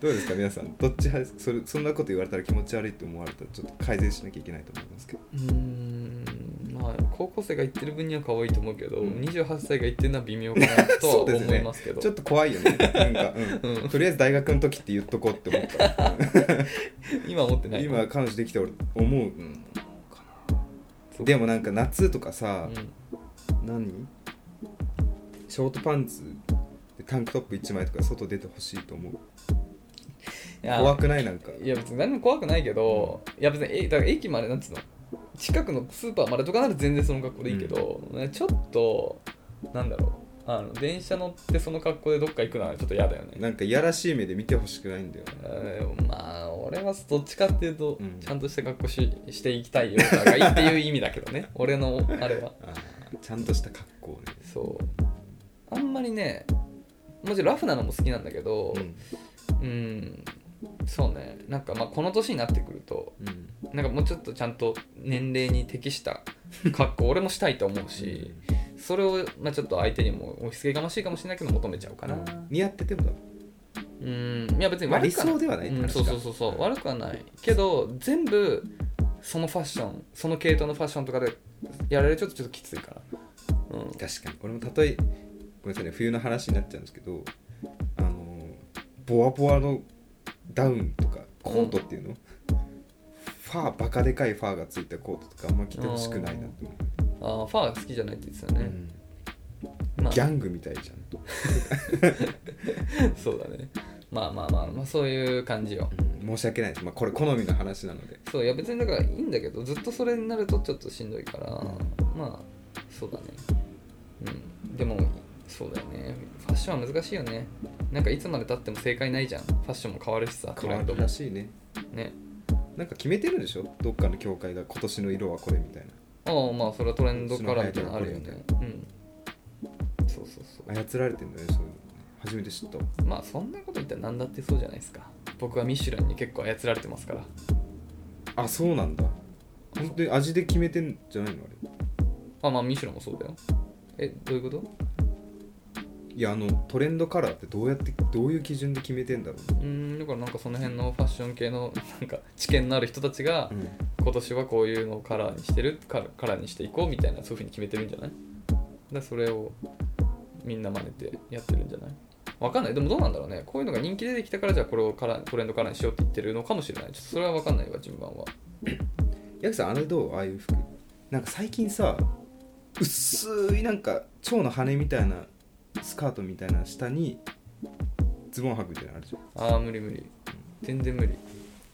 Speaker 1: どうですか皆さんどっち派ですかそれそんなこと言われたら気持ち悪いって思われたらちょっと改善しなきゃいけないと思いますけど
Speaker 2: うーんまあ高校生が言ってる分には可愛いと思うけど、
Speaker 1: うん
Speaker 2: 28歳が言ってるのは微妙かな (laughs) とは
Speaker 1: そうですね
Speaker 2: 思いますけど
Speaker 1: ちょっと怖いよねなんか、うん
Speaker 2: うん
Speaker 1: とりあえず大学の時って言っとこうって思った
Speaker 2: 今は思ってない
Speaker 1: 今彼女できて俺思う、うん
Speaker 2: そう
Speaker 1: でもなんか夏とかさ、
Speaker 2: うん
Speaker 1: 何ショートパンツでタンクトップ1枚とか外出てほしいと思う
Speaker 2: いや
Speaker 1: 怖くないなんか
Speaker 2: いや別に何も怖くないけど、いや別にえだから駅までなんつうの近くのスーパーまでとかなら全然その格好でいいけど、ねちょっとなんだろうあの電車乗ってその格好でどっか行くのはちょっと嫌だよね
Speaker 1: なんかいやらしい目で見てほしくないんだよね
Speaker 2: うんまあ俺はどっちかっていうと、
Speaker 1: うん
Speaker 2: ちゃんとした格好ししていきたいよだからいいっていう意味だけど
Speaker 1: (laughs)
Speaker 2: ね俺のあれは
Speaker 1: あーちゃんとした格好ね
Speaker 2: そうあんまりねもちろんラフなのも好きなんだけど
Speaker 1: うん
Speaker 2: うん、そうねなんかまあこの年になってくると
Speaker 1: うん
Speaker 2: なんかもうちょっとちゃんと年齢に適した格好俺もしたいと思うしそれをまあちょっと相手にも押し付けがましいかもしれないけど求めちゃうかな
Speaker 1: 似合っててもだ
Speaker 2: うんいや別に
Speaker 1: まあ
Speaker 2: 悪くは
Speaker 1: 理想ではない
Speaker 2: うん
Speaker 1: 確か
Speaker 2: そうそうそうそう悪くはないけど全部そのファッションその系統のファッションとかでやられちゃうとちょっときついからうん
Speaker 1: 確かに俺も例えごめんなさいね冬の話になっちゃうんですけどあのボワボワのダウンとかコートっていうの、ファーバカでかいファーがついたコートとかあんま着てほしくないなって思う、
Speaker 2: ああファーが好きじゃないって言ってたよね、
Speaker 1: うん
Speaker 2: まあ
Speaker 1: ギャングみたいじゃんと、
Speaker 2: そうだねまあまあまあまあそういう感じよ
Speaker 1: 申し訳ないです、まあ、これ好みの話なので
Speaker 2: そういや別にだからいいんだけどずっとそれになるとちょっとしんどいから、まあそうだねうんでもそうだよねファッションは難しいよねなんかいつまでたっても正解ないじゃんファッションも変わるし
Speaker 1: 変わ
Speaker 2: さトレ
Speaker 1: る
Speaker 2: ンド
Speaker 1: ら
Speaker 2: も
Speaker 1: しいね
Speaker 2: ね
Speaker 1: なんか決めてるでしょどっかの教会が今年の色はこれみたい
Speaker 2: ああまあそれはトレンドからみたいなのあるよ
Speaker 1: その流行
Speaker 2: ね
Speaker 1: り
Speaker 2: うんそうそうそ
Speaker 1: な操られてんだねそういうのね初めて知ったわ
Speaker 2: うまあそんなこと言ったら何だってそうじゃないですか僕はミシュランに結構操られてますから
Speaker 1: あそうなんだ本当に味で決めてんじゃないのあれ
Speaker 2: あまあミシュランもそうだよえどういうこと
Speaker 1: いやあのトレンドカラーってどうやってどういう基準で決めてんだろ
Speaker 2: うーんだからなんかその辺のファッション系のなんか知見のある人たちが
Speaker 1: う、
Speaker 2: 今年はこういうのをカラーにしてるカラカラーにしていこうみたいなそういうふうに決めてるんじゃないだからそれをみんな真似てやってるんじゃないわかんないでもどうなんだろうねこういうのが人気出てきたからじゃあこれをカラートレンドカラーにしようって言ってるのかもしれないちょっとそれはわかんないわ順番は
Speaker 1: ヤクさんあれどうああいう服なんか最近さ薄いなんか蝶の羽みたいなスカートみたいな下にズボン履くみたいなのあるじゃん
Speaker 2: ああ無理無理全然無理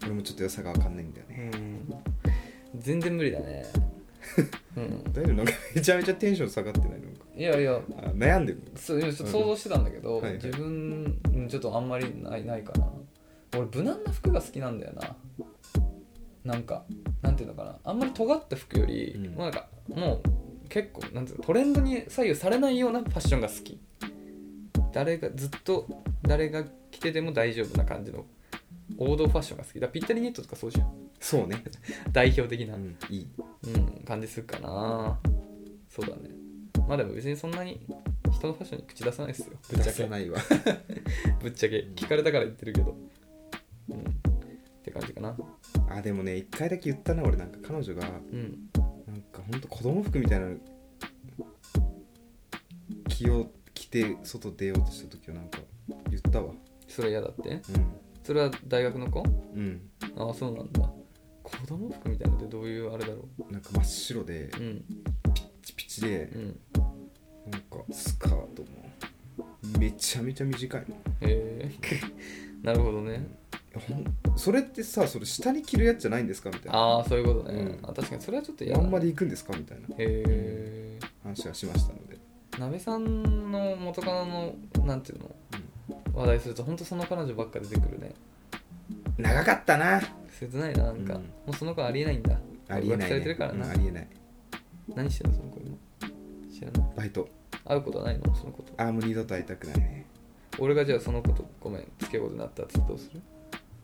Speaker 1: 俺もちょっと良さが分かんないんだよね
Speaker 2: 全然無理だねうん
Speaker 1: 大丈夫なんかめちゃめちゃテンション下がってないのなんか
Speaker 2: いやいや
Speaker 1: あ悩んでる
Speaker 2: そう今ちょっと想像してたんだけど、
Speaker 1: うんはいはい
Speaker 2: 自分うんちょっとあんまりないないかな俺無難な服が好きなんだよななんかなんていうのかなあんまり尖った服より、
Speaker 1: うん
Speaker 2: もうなんかもう結構なんていうのトレンドに左右されないようなファッションが好き誰がずっと誰が着てても大丈夫な感じの王道ファッションが好きだからぴったりニットとかそうじゃん
Speaker 1: そうね、
Speaker 2: 代表的な、
Speaker 1: うん、いい
Speaker 2: うん、感じするかなそうだねまあでも別にそんなに人のファッションに口出さないですよぶっち
Speaker 1: 出
Speaker 2: ゃ
Speaker 1: せ
Speaker 2: け
Speaker 1: ないわ
Speaker 2: ぶっちゃけ聞かれたから言ってるけどうんって感じかな
Speaker 1: あでもね一回だけ言ったな俺なんか彼女が
Speaker 2: うん
Speaker 1: なんかほんと子供服みたいなの着よう着て外出ようとした時はなんか言ったわ
Speaker 2: それ嫌だって
Speaker 1: う
Speaker 2: それは大学の子
Speaker 1: ん、うん、
Speaker 2: ああそうなんだ子供服みたいなのってどういうあれだろ
Speaker 1: なんか真っ白で
Speaker 2: ううん
Speaker 1: ピチピチで
Speaker 2: うん
Speaker 1: なんかスカートもめちゃめちゃ短いの
Speaker 2: へえ (laughs) なるほどね
Speaker 1: ほんそれってさそれ下に着るやつじゃないんですかみたいな
Speaker 2: ああそういうことね、
Speaker 1: うん
Speaker 2: あ確かにそれはちょっと嫌
Speaker 1: あ
Speaker 2: だね
Speaker 1: んまり行くんですかみたいな
Speaker 2: へえ
Speaker 1: 話はしましたので、
Speaker 2: 鍋さんの元カノのなんていうの話題すると本当その彼女ばっか出てくるね
Speaker 1: うん長かったな
Speaker 2: 切ないななんか、
Speaker 1: うん
Speaker 2: もうその子ありえないんだ
Speaker 1: ありえない、
Speaker 2: され
Speaker 1: ね
Speaker 2: てるから
Speaker 1: うん
Speaker 2: な、
Speaker 1: ありえない
Speaker 2: 何してんのその子今知らない
Speaker 1: バイト
Speaker 2: 会うことはないのその子と
Speaker 1: あーもう二度と会いたくないね
Speaker 2: 俺がじゃあその子とごめんつけようになったらどうする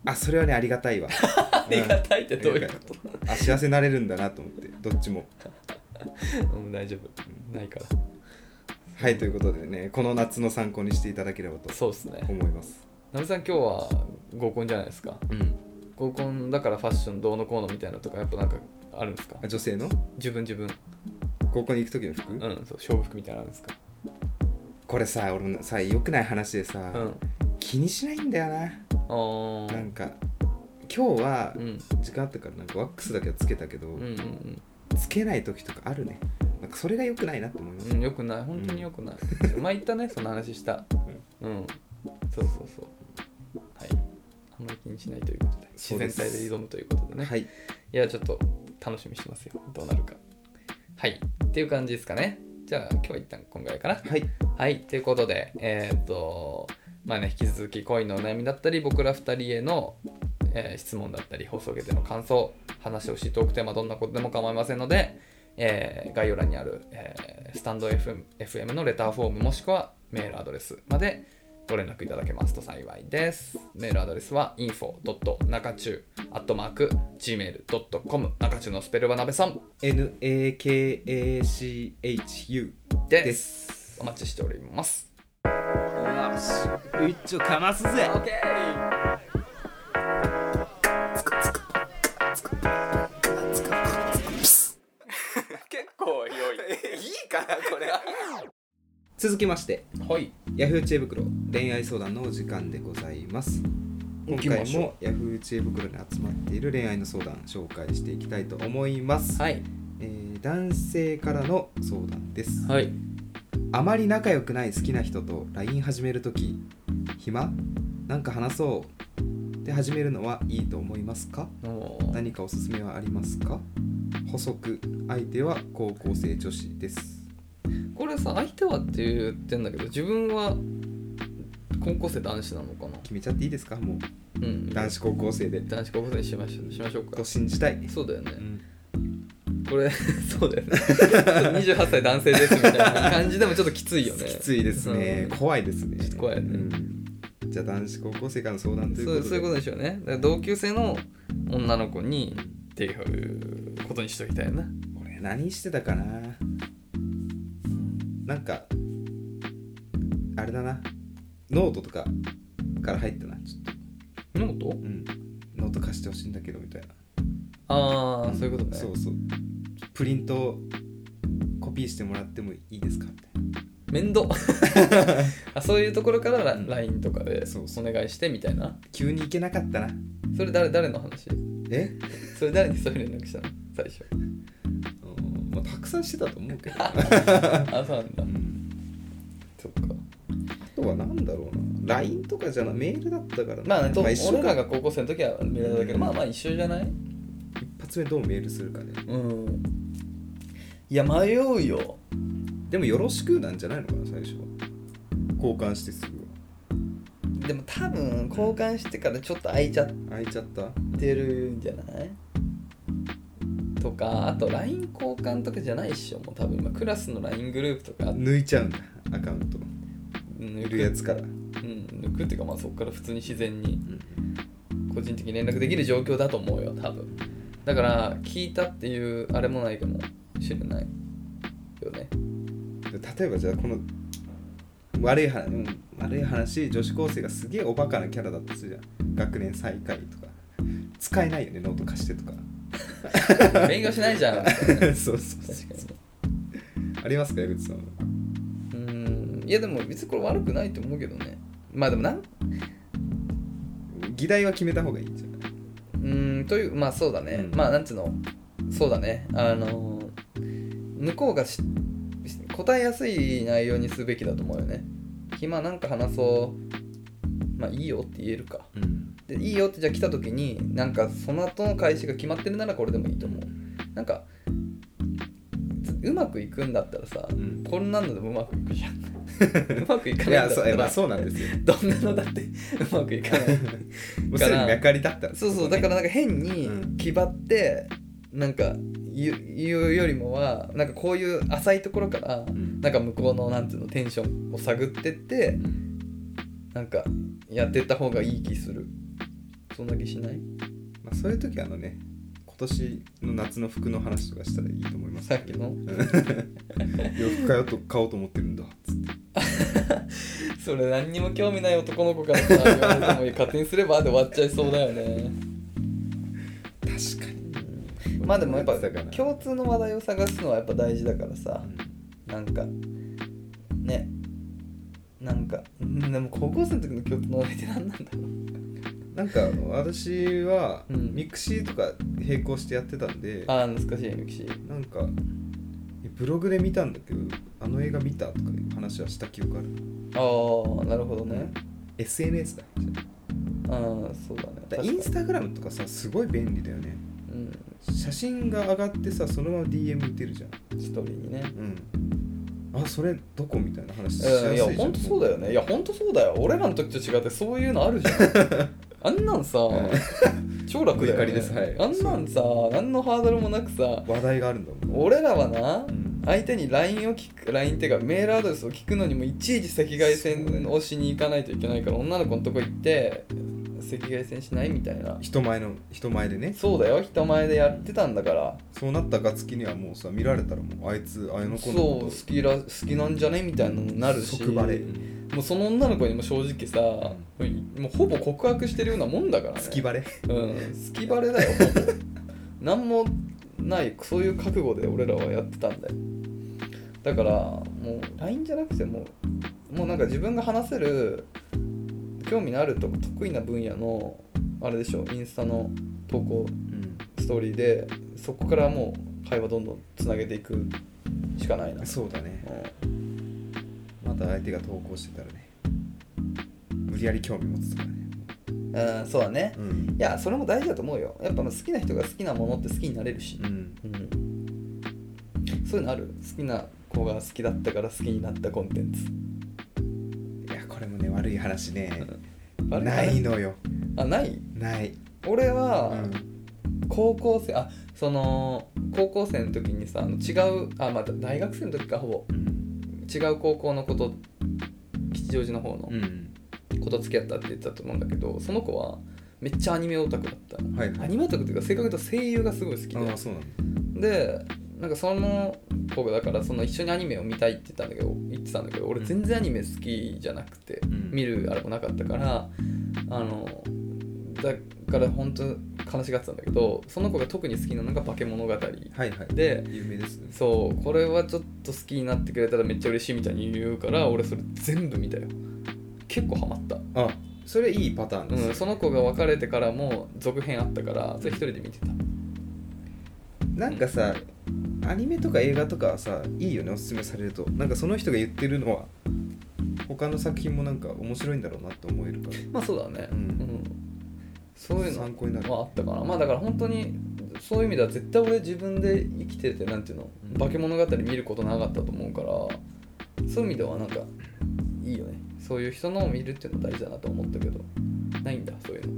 Speaker 1: あそれはねありがたいわ
Speaker 2: (laughs) ありがたいってどういうこと
Speaker 1: あ幸せになれるんだなと思ってどっちも
Speaker 2: うん大丈夫ないから
Speaker 1: はいということでねこの夏の参考にしていただければと
Speaker 2: そうですね
Speaker 1: 思います
Speaker 2: なべさん今日は合コンじゃないですか
Speaker 1: うん
Speaker 2: 合コンだからファッションどうのこうのみたいなのとかやっぱなんかあるんですか
Speaker 1: あ女性の
Speaker 2: 自分自分
Speaker 1: 高校に行く時の服、
Speaker 2: うんそう勝負服みたいなのあるんですか
Speaker 1: これさ俺のさ良くない話でさ、
Speaker 2: うん
Speaker 1: 気にしないんだよな、
Speaker 2: あー
Speaker 1: なんか今日は
Speaker 2: うん
Speaker 1: 時間あったからなんかワックスだけはつけたけど、
Speaker 2: うんうん
Speaker 1: つけない時とかあるねなんかそれが良くないなって思います、
Speaker 2: うんよくない本当によくない、前言ったねその話したうんそうそうそうはいあんまり気にしないということで
Speaker 1: そ
Speaker 2: 自
Speaker 1: うで
Speaker 2: 然
Speaker 1: す
Speaker 2: 体で挑むということでね、、
Speaker 1: はいい
Speaker 2: やちょっと楽しみにしてますよどうなるかはいっていう感じですかねじゃあ今日は一旦こんぐらいかな
Speaker 1: はい
Speaker 2: はい、ということで、えーっと、まあね、引き続き恋のお悩みだったり、僕ら2人への、えー質問だったり、放送下での感想、話してほしいトークテーマ、どんなことでも構いませんので、えー概要欄にある、えースタンド FM, FM のレターフォームもしくはメールアドレスまでご連絡いただけますと幸いです。メールアドレスは info.nakachu.gmail.com 中中のスペルはなべさん
Speaker 1: NAKACHU
Speaker 2: です
Speaker 1: です
Speaker 2: お待ちしております。
Speaker 1: よし一丁かますぜ
Speaker 2: オッケー結構良い。
Speaker 1: いいかなこれ続きまして
Speaker 2: はい。
Speaker 1: Yahoo 知恵袋恋愛相談のお時間でございます今
Speaker 2: 行きま
Speaker 1: 回
Speaker 2: しょう
Speaker 1: も Yahoo 知恵袋に集まっている恋愛の相談紹介していきたいと思います、
Speaker 2: はい。
Speaker 1: えー男性からの相談です、
Speaker 2: はい。
Speaker 1: あまり仲良くない好きな人と LINE 始めるとき暇なんか話そうで始めるのはいいと思いますか
Speaker 2: お
Speaker 1: 何かおすすめはありますか補足相手は高校生女子です
Speaker 2: これさ、相手はって言ってんだけど、自分は高校生男子なのかな
Speaker 1: 決めちゃっていいですかもう
Speaker 2: うん。
Speaker 1: 男子高校生で
Speaker 2: 男子高校生にしましょうしましょうか
Speaker 1: と。信じたい、
Speaker 2: そうだよね
Speaker 1: う。ん
Speaker 2: これ、そうだよね。28歳男性ですみたいな感じでもちょっときついよね。
Speaker 1: きついですね、
Speaker 2: うん
Speaker 1: 怖いですね
Speaker 2: ちょっと怖いね
Speaker 1: うんじゃあ男子高校生からの相談という
Speaker 2: そ
Speaker 1: こと
Speaker 2: う
Speaker 1: で
Speaker 2: そういうことでしょうね。だから同級生の女の子に
Speaker 1: うん
Speaker 2: っていうことにしときたいな。
Speaker 1: 俺何してたかななんかあれだなノートとかから入ったなちょっと、
Speaker 2: ノート
Speaker 1: うん、ノート貸してほしいんだけどみたいな
Speaker 2: ああ、そういうことね。
Speaker 1: そうそうプリントをコピーしてもらってもいいですかみたいな
Speaker 2: 面 (laughs) 倒あそういうところからラ
Speaker 1: うん
Speaker 2: LINE とかで
Speaker 1: そうそ
Speaker 2: お願いしてみたいな
Speaker 1: 急に行けなかったな
Speaker 2: それ誰誰の話
Speaker 1: え、
Speaker 2: それ誰にそういう連絡したの最 (laughs) 初
Speaker 1: うんまあ、たくさんしてたと思うけど、
Speaker 2: あそうなんだ
Speaker 1: うん
Speaker 2: そっか
Speaker 1: あとは何だろうな LINE とかじゃなメールだったからな
Speaker 2: まあねと
Speaker 1: 一緒
Speaker 2: 俺
Speaker 1: から
Speaker 2: が高校生の時は見られたけど、
Speaker 1: うん
Speaker 2: まあまあ一緒じゃない
Speaker 1: 一発目どうメールするかね
Speaker 2: うんいや迷うよ
Speaker 1: でもよろしくなんじゃないのかな最初は交換してすぐは
Speaker 2: でも多分交換してからちょっと空いちゃっ
Speaker 1: 開いちゃった
Speaker 2: てるんじゃないとかあと LINE 交換とかじゃないっしょもう多分今クラスの LINE グループとか
Speaker 1: 抜いちゃうんだアカウント
Speaker 2: 抜
Speaker 1: いるやつから、
Speaker 2: うん、抜くっていうかまあそこから普通に自然に個人的に連絡できる状況だと思うよ多分だから聞いたっていうあれもないかもしれないよ
Speaker 1: (laughs)
Speaker 2: ね
Speaker 1: 例えばじゃあこの悪い話悪い話女子高生がすげえおバカなキャラだったとするじゃん学年最下位とか使えないよねノート貸してと
Speaker 2: (laughs)
Speaker 1: か
Speaker 2: 勉強しないじゃん確か
Speaker 1: そうそうそう
Speaker 2: に
Speaker 1: ありますか矢口さんは
Speaker 2: うんいやでも別にこれ悪くないと思うけどねまあでもなん
Speaker 1: 議題は決めた方がいいんじゃない
Speaker 2: うんというまあそうだね、
Speaker 1: うん
Speaker 2: まあなんつうのそうだねあの向こうがしし答えやすい内容にすべきだと思うよね暇なんか話そうまあいいよって言えるか
Speaker 1: うん
Speaker 2: でいいよってじゃあ来た時になんかその後の開始が決まってるならこれでもいいと思うなんかつうまくいくんだったらさ、
Speaker 1: うん
Speaker 2: こんなのでもうまくいくじゃん (laughs) うまくいか
Speaker 1: い
Speaker 2: ないんだ
Speaker 1: や
Speaker 2: った
Speaker 1: そう
Speaker 2: ら
Speaker 1: や、まあそうなんですよ
Speaker 2: どんなのだってうまくいかない
Speaker 1: (laughs) もうすでに脈ありだったら
Speaker 2: そうそう
Speaker 1: こね
Speaker 2: だからなんか変に
Speaker 1: うん
Speaker 2: 気張ってなんか言う言うよりもはなんかこういう浅いところから
Speaker 1: ん
Speaker 2: なんか向こうのなんていうのテンションを探ってってなんかやってった方がいい気するそんな気しない
Speaker 1: まあ、そういう時はあのね今年の夏の服の話とかしたらいいと思います
Speaker 2: さっきの
Speaker 1: うん洋服買おうと買おうと思ってるんだつって
Speaker 2: (laughs) それ何にも興味ない男の子からさ言われてもいい勝手にすればで終わっちゃいそうだよね
Speaker 1: 確かに
Speaker 2: まあでもやっぱ
Speaker 1: だから
Speaker 2: 共通の話題を探すのはやっぱ大事だからさ
Speaker 1: うん
Speaker 2: なんかねなんかうんでも高校生の時の共通の話題って何なんだろう
Speaker 1: なんかあの私は
Speaker 2: うん
Speaker 1: ミクシーとか並行してやってたんで、
Speaker 2: ああ難しいミクシー
Speaker 1: なんかえブログで見たんだけどあの映画見たとかいう話はした記憶ある
Speaker 2: ああなるほどね
Speaker 1: SNS だ
Speaker 2: ああそうだね
Speaker 1: だインスタグラムとかさすごい便利だよね
Speaker 2: うん
Speaker 1: 写真が上がってさそのまま DM 打てるじゃん
Speaker 2: ストーリーにね
Speaker 1: うんあそれどこみたいな話しやすいじゃ
Speaker 2: うん
Speaker 1: ん
Speaker 2: いや本当そうだよねいや本当そうだよ俺らの時と違ってそういうのあるじゃん
Speaker 1: (laughs)
Speaker 2: あんなんさ超楽だよ、ね、
Speaker 1: お怒りですはい
Speaker 2: あんなんさ何のハードルもなくさ
Speaker 1: 話題があるんだもん
Speaker 2: 俺らはな
Speaker 1: うん
Speaker 2: 相手に LINE を聞く LINE っていうかメールアドレスを聞くのにもいちいち赤外線をしに行かないといけないから女の子のとこ行って赤外線しないみたいな
Speaker 1: 人前の人前でね
Speaker 2: そうだよ人前でやってたんだから
Speaker 1: そうなった暁にはもうさ見られたらもうあいつあやの子
Speaker 2: そ
Speaker 1: の
Speaker 2: う
Speaker 1: こ
Speaker 2: 好
Speaker 1: と
Speaker 2: きら好きなんじゃねみたいなのになるし
Speaker 1: 即バレ
Speaker 2: もうその女の子にも正直さ、もうほぼ告白してるようなもんだからね
Speaker 1: 好きバレ
Speaker 2: うん、好きバレだよ (laughs) ほぼ何もないそういう覚悟で俺らはやってたんだよだからもう LINE じゃなくてももうなんか自分が話せる興味のあるとか得意な分野のあれでしょインスタの投稿ストーリーでそこからもう会話どんどんつなげていくしかない
Speaker 1: (laughs)
Speaker 2: な、
Speaker 1: そうだね
Speaker 2: う
Speaker 1: また相手が投稿してたらね無理やり興味持つとかね
Speaker 2: んうん、そうだね
Speaker 1: うん
Speaker 2: いやそれも大事だと思うよやっぱまあ好きな人が好きなものって好きになれるし、
Speaker 1: うん
Speaker 2: うん、そういうのある好きな子が好きだったから好きになったコンテンツ
Speaker 1: いやこれもね悪い話ね
Speaker 2: あれ
Speaker 1: ないのよ
Speaker 2: あない
Speaker 1: ない
Speaker 2: 俺
Speaker 1: う
Speaker 2: は
Speaker 1: ん
Speaker 2: 高校生あその高校生の時にさあの違うあまあ大学生の時かほ
Speaker 1: う
Speaker 2: ぼ
Speaker 1: ん
Speaker 2: 違う高校の子と吉祥寺の方の
Speaker 1: うん
Speaker 2: 子と付き合ったって言ってたと思うんだけどその子はめっちゃアニメオタクだったの
Speaker 1: はいは
Speaker 2: ア
Speaker 1: い
Speaker 2: ニメオタクっていうか正確に言うと声優がすごい好きで
Speaker 1: ああそうなんだ
Speaker 2: でなんかその子がだからその一緒にアニメを見たいって言ったんだけど言ってたんだけど俺全然アニメ好きじゃなくて、
Speaker 1: ん
Speaker 2: 見るあれもなかったからあのだから本当悲しがってたんだけどその子が特に好きなのが「化け物語」
Speaker 1: はいはい
Speaker 2: で
Speaker 1: 有名ですね
Speaker 2: そうこれはちょっと好きになってくれたらめっちゃ嬉しいみたいに言うから俺それ全部見たよ結構ハマった、
Speaker 1: あそれいいパターン
Speaker 2: うん、
Speaker 1: です
Speaker 2: その子が別れてからも続編あったからそれ一人で見てた
Speaker 1: なんかさアニメとか映画とかはさいいよねおすすめされるとなんかその人が言ってるのは他の作品もなんか面白いんだろうなって思えるから
Speaker 2: まあそうだね、
Speaker 1: うん
Speaker 2: そういうの
Speaker 1: 参考になる
Speaker 2: まああったかなまあだから本当にそういう意味では絶対俺自分で生きててなんていうの
Speaker 1: うん
Speaker 2: 化け物語見ることなかったと思うからそういう意味ではなんかいいよねそういう人のを見るっていうのは大事だなと思ったけどないんだそういうの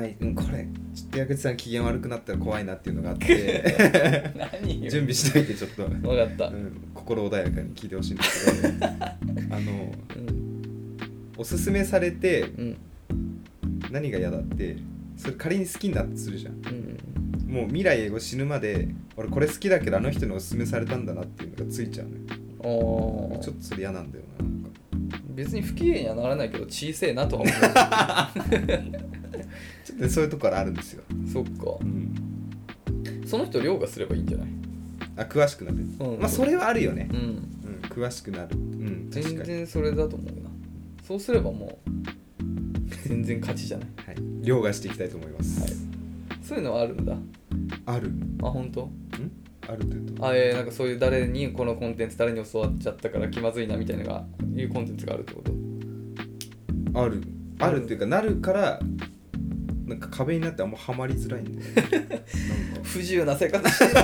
Speaker 1: ない、うん、これちょっと矢口さん機嫌悪くなったら怖いなっていうのがあって
Speaker 2: (laughs)
Speaker 1: (laughs)
Speaker 2: 何
Speaker 1: 準備しといてちょっと、う
Speaker 2: 分かった、うん
Speaker 1: ん、心穏やかに聞いてほしいんですけど
Speaker 2: (laughs)
Speaker 1: あの
Speaker 2: うん
Speaker 1: おすすめされて何が嫌だってそれ仮に好きになってするじゃん
Speaker 2: うん
Speaker 1: もう未来英語死ぬまで俺これ好きだけどあの人におすすめされたんだなっていうのがついちゃうのよ
Speaker 2: お
Speaker 1: ち
Speaker 2: ち
Speaker 1: ょ
Speaker 2: ょ
Speaker 1: っとそれ嫌なんだよななんか
Speaker 2: 別に不機嫌にはならないけど小せえなとは思
Speaker 1: (laughs) ちょっとねそういうところあるんですよ、
Speaker 2: うそっかその人凌駕すればいいんじゃない
Speaker 1: あ詳しくなる、
Speaker 2: うん
Speaker 1: まあそれはあるよね、
Speaker 2: うん
Speaker 1: うん、詳しくなるうん確
Speaker 2: 全
Speaker 1: かに、
Speaker 2: 然それだと思うなそうすればもう全然勝ちじゃない
Speaker 1: はい、凌駕していきたいと思います、
Speaker 2: はいそういうのはあるんだ
Speaker 1: あるん
Speaker 2: あ本当
Speaker 1: あるというと
Speaker 2: あえー、なんかそういう誰にこのコンテンツ誰に教わっちゃったから気まずいなみたいなのがいうコンテンツがあるってこと
Speaker 1: あるあるっていうかなるからなんか壁になってあんまハマりづらいん
Speaker 2: (laughs)
Speaker 1: だよねなんか
Speaker 2: 不自由な生活してるな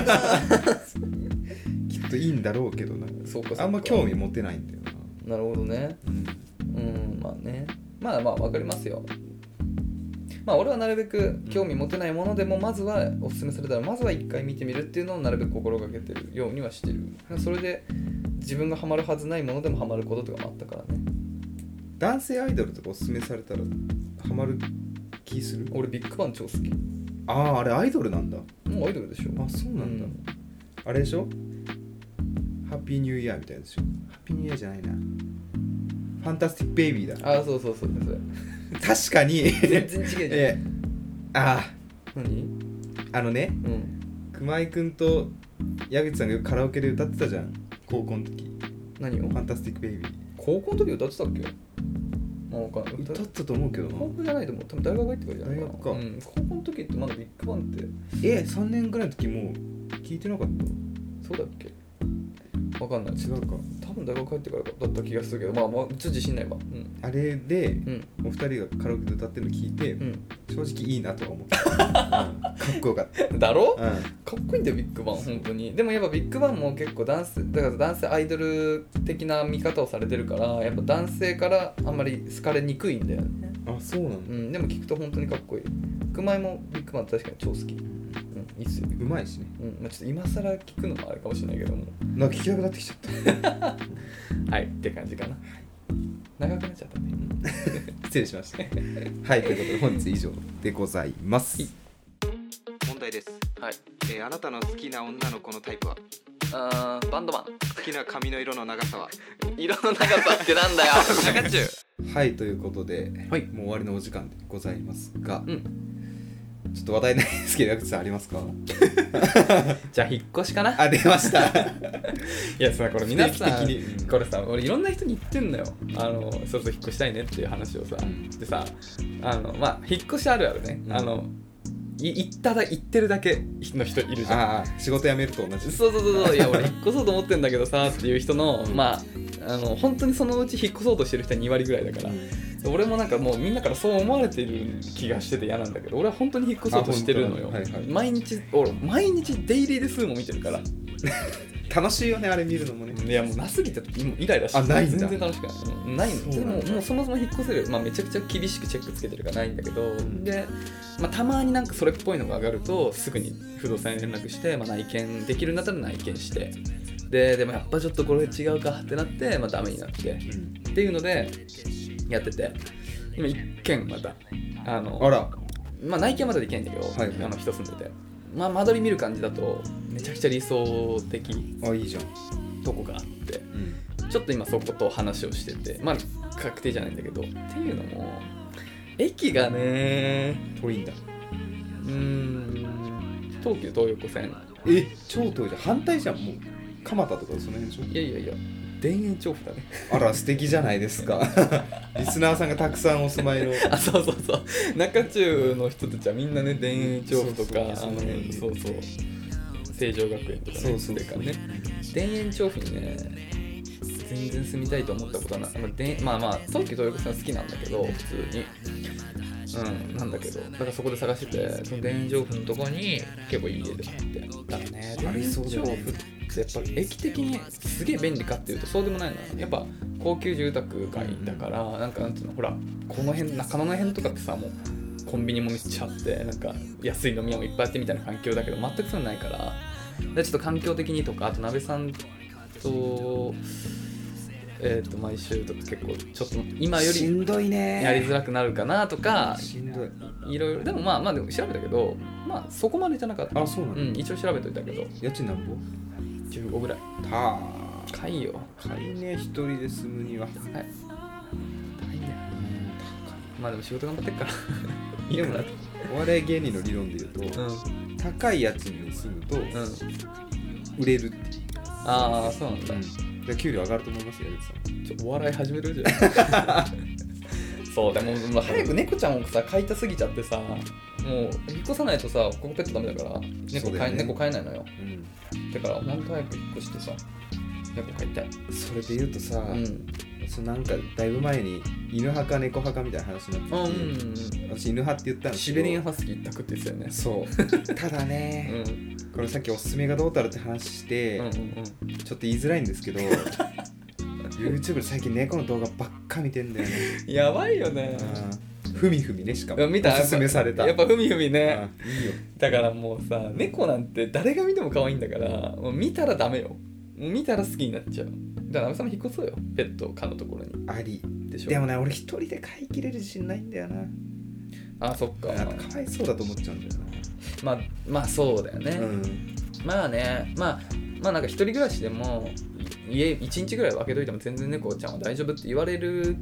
Speaker 1: (laughs) きっといいんだろうけどな
Speaker 2: そうかそうか
Speaker 1: あんま興味持てないんだよな、
Speaker 2: なるほどねうんまあねまあまあわかりますよまあ俺はなるべく興味持てないものでもまずはおすすめされたらまずは一回見てみるっていうのをなるべく心がけてるようにはしてるそれで自分がハマるはずないものでもハマることとかもあったからね
Speaker 1: 男性アイドルとかおすすめされたらハマる気する
Speaker 2: 俺ビッグバン超好き
Speaker 1: あああれアイドルなんだ
Speaker 2: もうアイドルでしょ
Speaker 1: あそうなんだ、
Speaker 2: うん
Speaker 1: あれでしょハッピーニューイヤーみたいなやつでしょハッピーニューイヤーじゃないなファンタスティックベイビーだ
Speaker 2: あそうそうそうそれ
Speaker 1: 確かに
Speaker 2: 全然違うじゃん
Speaker 1: ええあ
Speaker 2: 何
Speaker 1: ああのね
Speaker 2: うん
Speaker 1: グ熊井君と矢口さんがよくカラオケで歌ってたじゃん高校の時「
Speaker 2: 何
Speaker 1: フ
Speaker 2: を
Speaker 1: ァンタスティック・ベイビー
Speaker 2: 高校の時歌ってたっけまあわかんない」歌っ
Speaker 1: 歌ってたと思うけど
Speaker 2: 高
Speaker 1: な
Speaker 2: 校じゃないと思う多分大学入ってからじゃないかな
Speaker 1: 大学か
Speaker 2: うん、高校の時ってまだビッグバンって
Speaker 1: え3年ぐらいの時もう聞いてなかっ
Speaker 2: そうだっけわかんない
Speaker 1: た違うか
Speaker 2: 多分大学入ってからだった気がするけどまあまあちょっと自信ないわうん
Speaker 1: あれで
Speaker 2: うん
Speaker 1: お二人がカラオケで歌ってるの聞いて、
Speaker 2: う
Speaker 1: 正直いいなとは思った、うんかっこよかった、
Speaker 2: ん (laughs) だろ
Speaker 1: うん
Speaker 2: かっこいいんだよビッグバン本当にでもやっぱビッグバンも結構男性だから男性アイドル的な見方をされてるからやっぱ男性からあんまり好かれにくいんだよね
Speaker 1: あそうな
Speaker 2: うん
Speaker 1: だ、
Speaker 2: んでも聞くと本当にかっこいい熊井もビッグバン確かに超好きうんいいっすよ
Speaker 1: うまいしね
Speaker 2: うんまあ、ちょっと今更聞くのもあれかもしれないけども
Speaker 1: なんか聞きたくなってきちゃった
Speaker 2: はいって感じかな長くなっちゃったね
Speaker 1: 失礼しました (laughs) はいということで本日以上でございます問題です、
Speaker 2: はい
Speaker 1: えーあなたの好きな女の子のタイプは
Speaker 2: あーバンドマン
Speaker 1: 好きな髪の色の長さは
Speaker 2: 色の長さってなん (laughs) だよ中中
Speaker 1: はいということで、
Speaker 2: はい
Speaker 1: もう終わりのお時間でございますが、
Speaker 2: うん
Speaker 1: ちょっと話題ないですけど矢口さんありますか
Speaker 2: じゃあ引っ越しかな
Speaker 1: あ出ました (laughs)
Speaker 2: いやさこれ皆さ
Speaker 1: 定
Speaker 2: ん
Speaker 1: 期的に
Speaker 2: これさ俺いろんな人に言ってんのよあのそろそろ引っ越したいねっていう話をさ
Speaker 1: うん
Speaker 2: でさあのまあ引っ越しあるあるね、
Speaker 1: うん
Speaker 2: あのい行っただ行ってるだけの人いるじゃん
Speaker 1: ああ仕事辞めると同じ
Speaker 2: そうそうそうそういや俺引っ越そうと思ってんだけどさっていう人の
Speaker 1: うん
Speaker 2: まああの本当にそのうち引っ越そうとしてる人は2割ぐらいだから、俺もなんかもうみんなからそう思われてる気がしてて嫌なんだけど俺は本当に引っ越そうとしてるのよ、
Speaker 1: あ本当だはいはい
Speaker 2: 毎日俺毎日デイリーで数も見てるから
Speaker 1: 楽しいよねあれ見るのもね
Speaker 2: いやもうなすぎてもうイライラして
Speaker 1: あないんだ
Speaker 2: 全然楽しくないうんないの
Speaker 1: そ
Speaker 2: で
Speaker 1: うなんだ
Speaker 2: ももうそもそも引っ越せる、まあ、めちゃくちゃ厳しくチェックつけてるからないんだけど、
Speaker 1: ん
Speaker 2: で、まあ、たまになんかそれっぽいのが上がるとすぐに不動産に連絡して、まあ、内見できるんだったら内見してででもやっぱちょっとこれ違うかってなって、まあ、ダメになってっていうのでやってて今一軒またあの
Speaker 1: あら
Speaker 2: まあ、内見はまだできないんだけど、
Speaker 1: はいはい
Speaker 2: あの人住んでて、まあ、間取り見る感じだとめちゃくちゃ理想的
Speaker 1: あいいじゃん、
Speaker 2: とこがあってちょっと今そこと話をしててまあ確定じゃないんだけどっていうのも駅がね
Speaker 1: 遠いんだ
Speaker 2: うーん東急東横線
Speaker 1: え超遠いじゃん反対じゃんもう蒲田とかその辺でしょ
Speaker 2: いやいやいや田園調布だね
Speaker 1: (laughs) あら素敵じゃないです (laughs) かリスナーさんがたくさんお住まいの
Speaker 2: あそうそうそう中中の人たちはみんなね田園調布とかあの
Speaker 1: そ
Speaker 2: そ
Speaker 1: そ
Speaker 2: う
Speaker 1: うそう
Speaker 2: うそう成城学園とかね
Speaker 1: そうそうそう
Speaker 2: とかね田園調布にね全然住みたいと思ったことはないまあでまあまあ東急東横線は好きなんだけど普通にうんなんだけどだからそこで探しててその田園調布のとこに結構いい家で買ってだね
Speaker 1: あ
Speaker 2: 田
Speaker 1: り
Speaker 2: 園
Speaker 1: そ
Speaker 2: 調
Speaker 1: うだよね
Speaker 2: 布ってやっぱ駅的にすげえ便利かっていうとそうでもないなやっぱ高級住宅街だからなんかなんていうのほらこの辺中野の辺とかってさもうコンビニもめっちゃあってなんか安い飲み屋もいっぱいあってみたいな環境だけど全くそういうのないからでちょっと環境的にとかあと鍋さんとえっ、と毎週とか結構ちょっと今よ
Speaker 1: し
Speaker 2: り
Speaker 1: んどいね
Speaker 2: やりづらくなるかなとか
Speaker 1: しんどい
Speaker 2: いろいろでもまあまあでも調べたけどまあそこまでじゃなかった
Speaker 1: あそうなの、
Speaker 2: うん一応調べといたけど
Speaker 1: 家賃なんぼ
Speaker 2: 15ぐらい
Speaker 1: たあ
Speaker 2: 高いよ
Speaker 1: 買いね一人で住むには
Speaker 2: 高い高いんだよまあでも仕事頑張ってっから (laughs) いい
Speaker 1: で
Speaker 2: よ
Speaker 1: も
Speaker 2: な
Speaker 1: お笑い芸人の理論で言うと、
Speaker 2: うん
Speaker 1: 高い家賃に住むと
Speaker 2: うん
Speaker 1: 売れるっていう、
Speaker 2: ああそうなんだ、
Speaker 1: だから給料上がると思いますよ矢口さん
Speaker 2: ちょお笑い始めるじゃん (laughs) そうでももう (laughs) 早く猫ちゃんをさ飼いたすぎちゃってさもう引っ越さないとさココペットダメだから
Speaker 1: そ
Speaker 2: 猫
Speaker 1: うだ
Speaker 2: 飼
Speaker 1: よ
Speaker 2: い、
Speaker 1: ね
Speaker 2: 猫飼えないのよ
Speaker 1: うん
Speaker 2: だからほんと早く引っ越してさ猫飼いたい
Speaker 1: それで言うとさ、
Speaker 2: うん
Speaker 1: そうなんかだいぶ前に犬派か猫派かみたいな話に
Speaker 2: う
Speaker 1: なってて、
Speaker 2: ん
Speaker 1: 私犬派って言ったんです
Speaker 2: シ
Speaker 1: けど
Speaker 2: ベリアンハスキー一択って言ってたよね
Speaker 1: そうただ
Speaker 2: う
Speaker 1: ね、
Speaker 2: ん
Speaker 1: これさっきおすすめがどうたらって話して、
Speaker 2: うんうんうん
Speaker 1: ちょっと言いづらいんですけど YouTube で最近猫の動画ばっか見てんだよね
Speaker 2: やばいよね
Speaker 1: うんふみふみねしかも
Speaker 2: 見た
Speaker 1: おすすめされた
Speaker 2: やっぱふみふみね、
Speaker 1: うんいいよ
Speaker 2: だからもうさ猫なんて誰が見ても可愛いんだからもう見たらダメよもう見たら好きになっちゃうだから阿部さんも引っ越そうよペットを飼うところに
Speaker 1: あり
Speaker 2: でしょ
Speaker 1: でもね俺一人で飼いきれる自信ないんだよな
Speaker 2: あそっか
Speaker 1: なんかかわいそうだと思っちゃうんだよ
Speaker 2: まあまあそうだよね、
Speaker 1: な、うん、
Speaker 2: まあねまあまあなんか一人暮らしでもい家1日ぐらいは空けといても全然猫ちゃんは大丈夫って言われる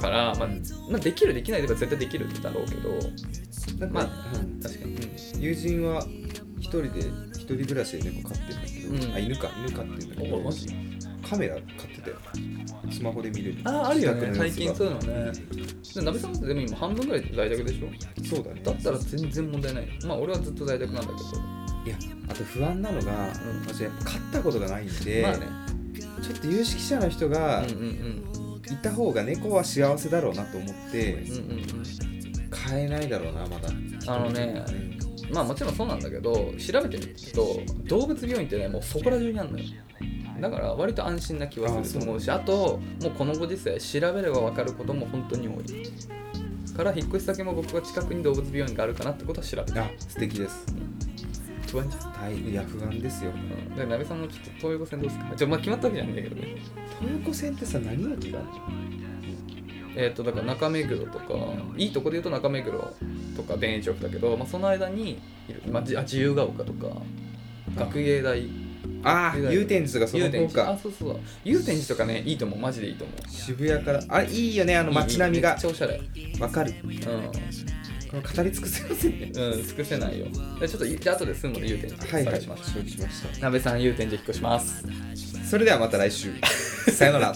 Speaker 2: から、まあ、まあできるできないとか絶対できるんだろうけど
Speaker 1: なんか、
Speaker 2: ま
Speaker 1: うん
Speaker 2: 確かに、
Speaker 1: 友人は一人で一人暮らしで猫飼ってるんだけど、
Speaker 2: うん
Speaker 1: あ犬か犬飼ってるんだけど
Speaker 2: おマジ
Speaker 1: カメラ買ってたよスマホで見れる
Speaker 2: あああるよね
Speaker 1: 自
Speaker 2: 最
Speaker 1: 宅の
Speaker 2: 近
Speaker 1: やつ
Speaker 2: そう
Speaker 1: が
Speaker 2: いうのねで鍋さんってでも今半分ぐらい在宅でしょ
Speaker 1: そうだね
Speaker 2: だったら全然問題ないまあ俺はずっと在宅なんだけど
Speaker 1: いやあと不安なのが、
Speaker 2: ん
Speaker 1: 私やっぱ飼ったことがないんで、
Speaker 2: まあね
Speaker 1: ちょっと有識者の人が
Speaker 2: うんうん
Speaker 1: いた方が猫は幸せだろうなと思って、
Speaker 2: うんうんうんうん
Speaker 1: 買えないだろうなまだ
Speaker 2: あのね
Speaker 1: うん
Speaker 2: まあもちろんそうなんだけど調べてみると動物病院ってねもうそこら中にあるのよだから割と安心な気はすると思うしあともうこのご時世調べれば分かることも本当に多いから引っ越し先も僕は近くに動物病院があるかなってことは調べた
Speaker 1: あ素敵です
Speaker 2: 不安じゃん
Speaker 1: 大いや不安ですよ
Speaker 2: うんだから鍋さんもちょっと東横線どうすかちょまあ決まったわけじゃないんだけどね
Speaker 1: 東横線ってさ何駅があるの
Speaker 2: えっ、とだから中目黒とかいいとこで言うと中目黒とか田園調布だけど、まあ、その間にいる、まあ、じあ自由が丘とか学芸大
Speaker 1: ああ
Speaker 2: で
Speaker 1: 祐天寺がその
Speaker 2: 祐天
Speaker 1: 方
Speaker 2: 寺あ
Speaker 1: か
Speaker 2: そうそう祐天寺とかねいいと思うマジでいいと思う
Speaker 1: 渋谷からあれいいよねあの街並み
Speaker 2: め
Speaker 1: が
Speaker 2: っちゃおしゃれ
Speaker 1: わかる
Speaker 2: う
Speaker 1: この語り尽くせませんね
Speaker 2: ん、うん、尽くせないよでちょっといじゃあ後で住むので祐天寺
Speaker 1: はいは
Speaker 2: 探
Speaker 1: い
Speaker 2: し
Speaker 1: 承
Speaker 2: ます
Speaker 1: 知しまし
Speaker 2: 鍋さん祐天寺引っ越します
Speaker 1: たそれではまた来週さよなら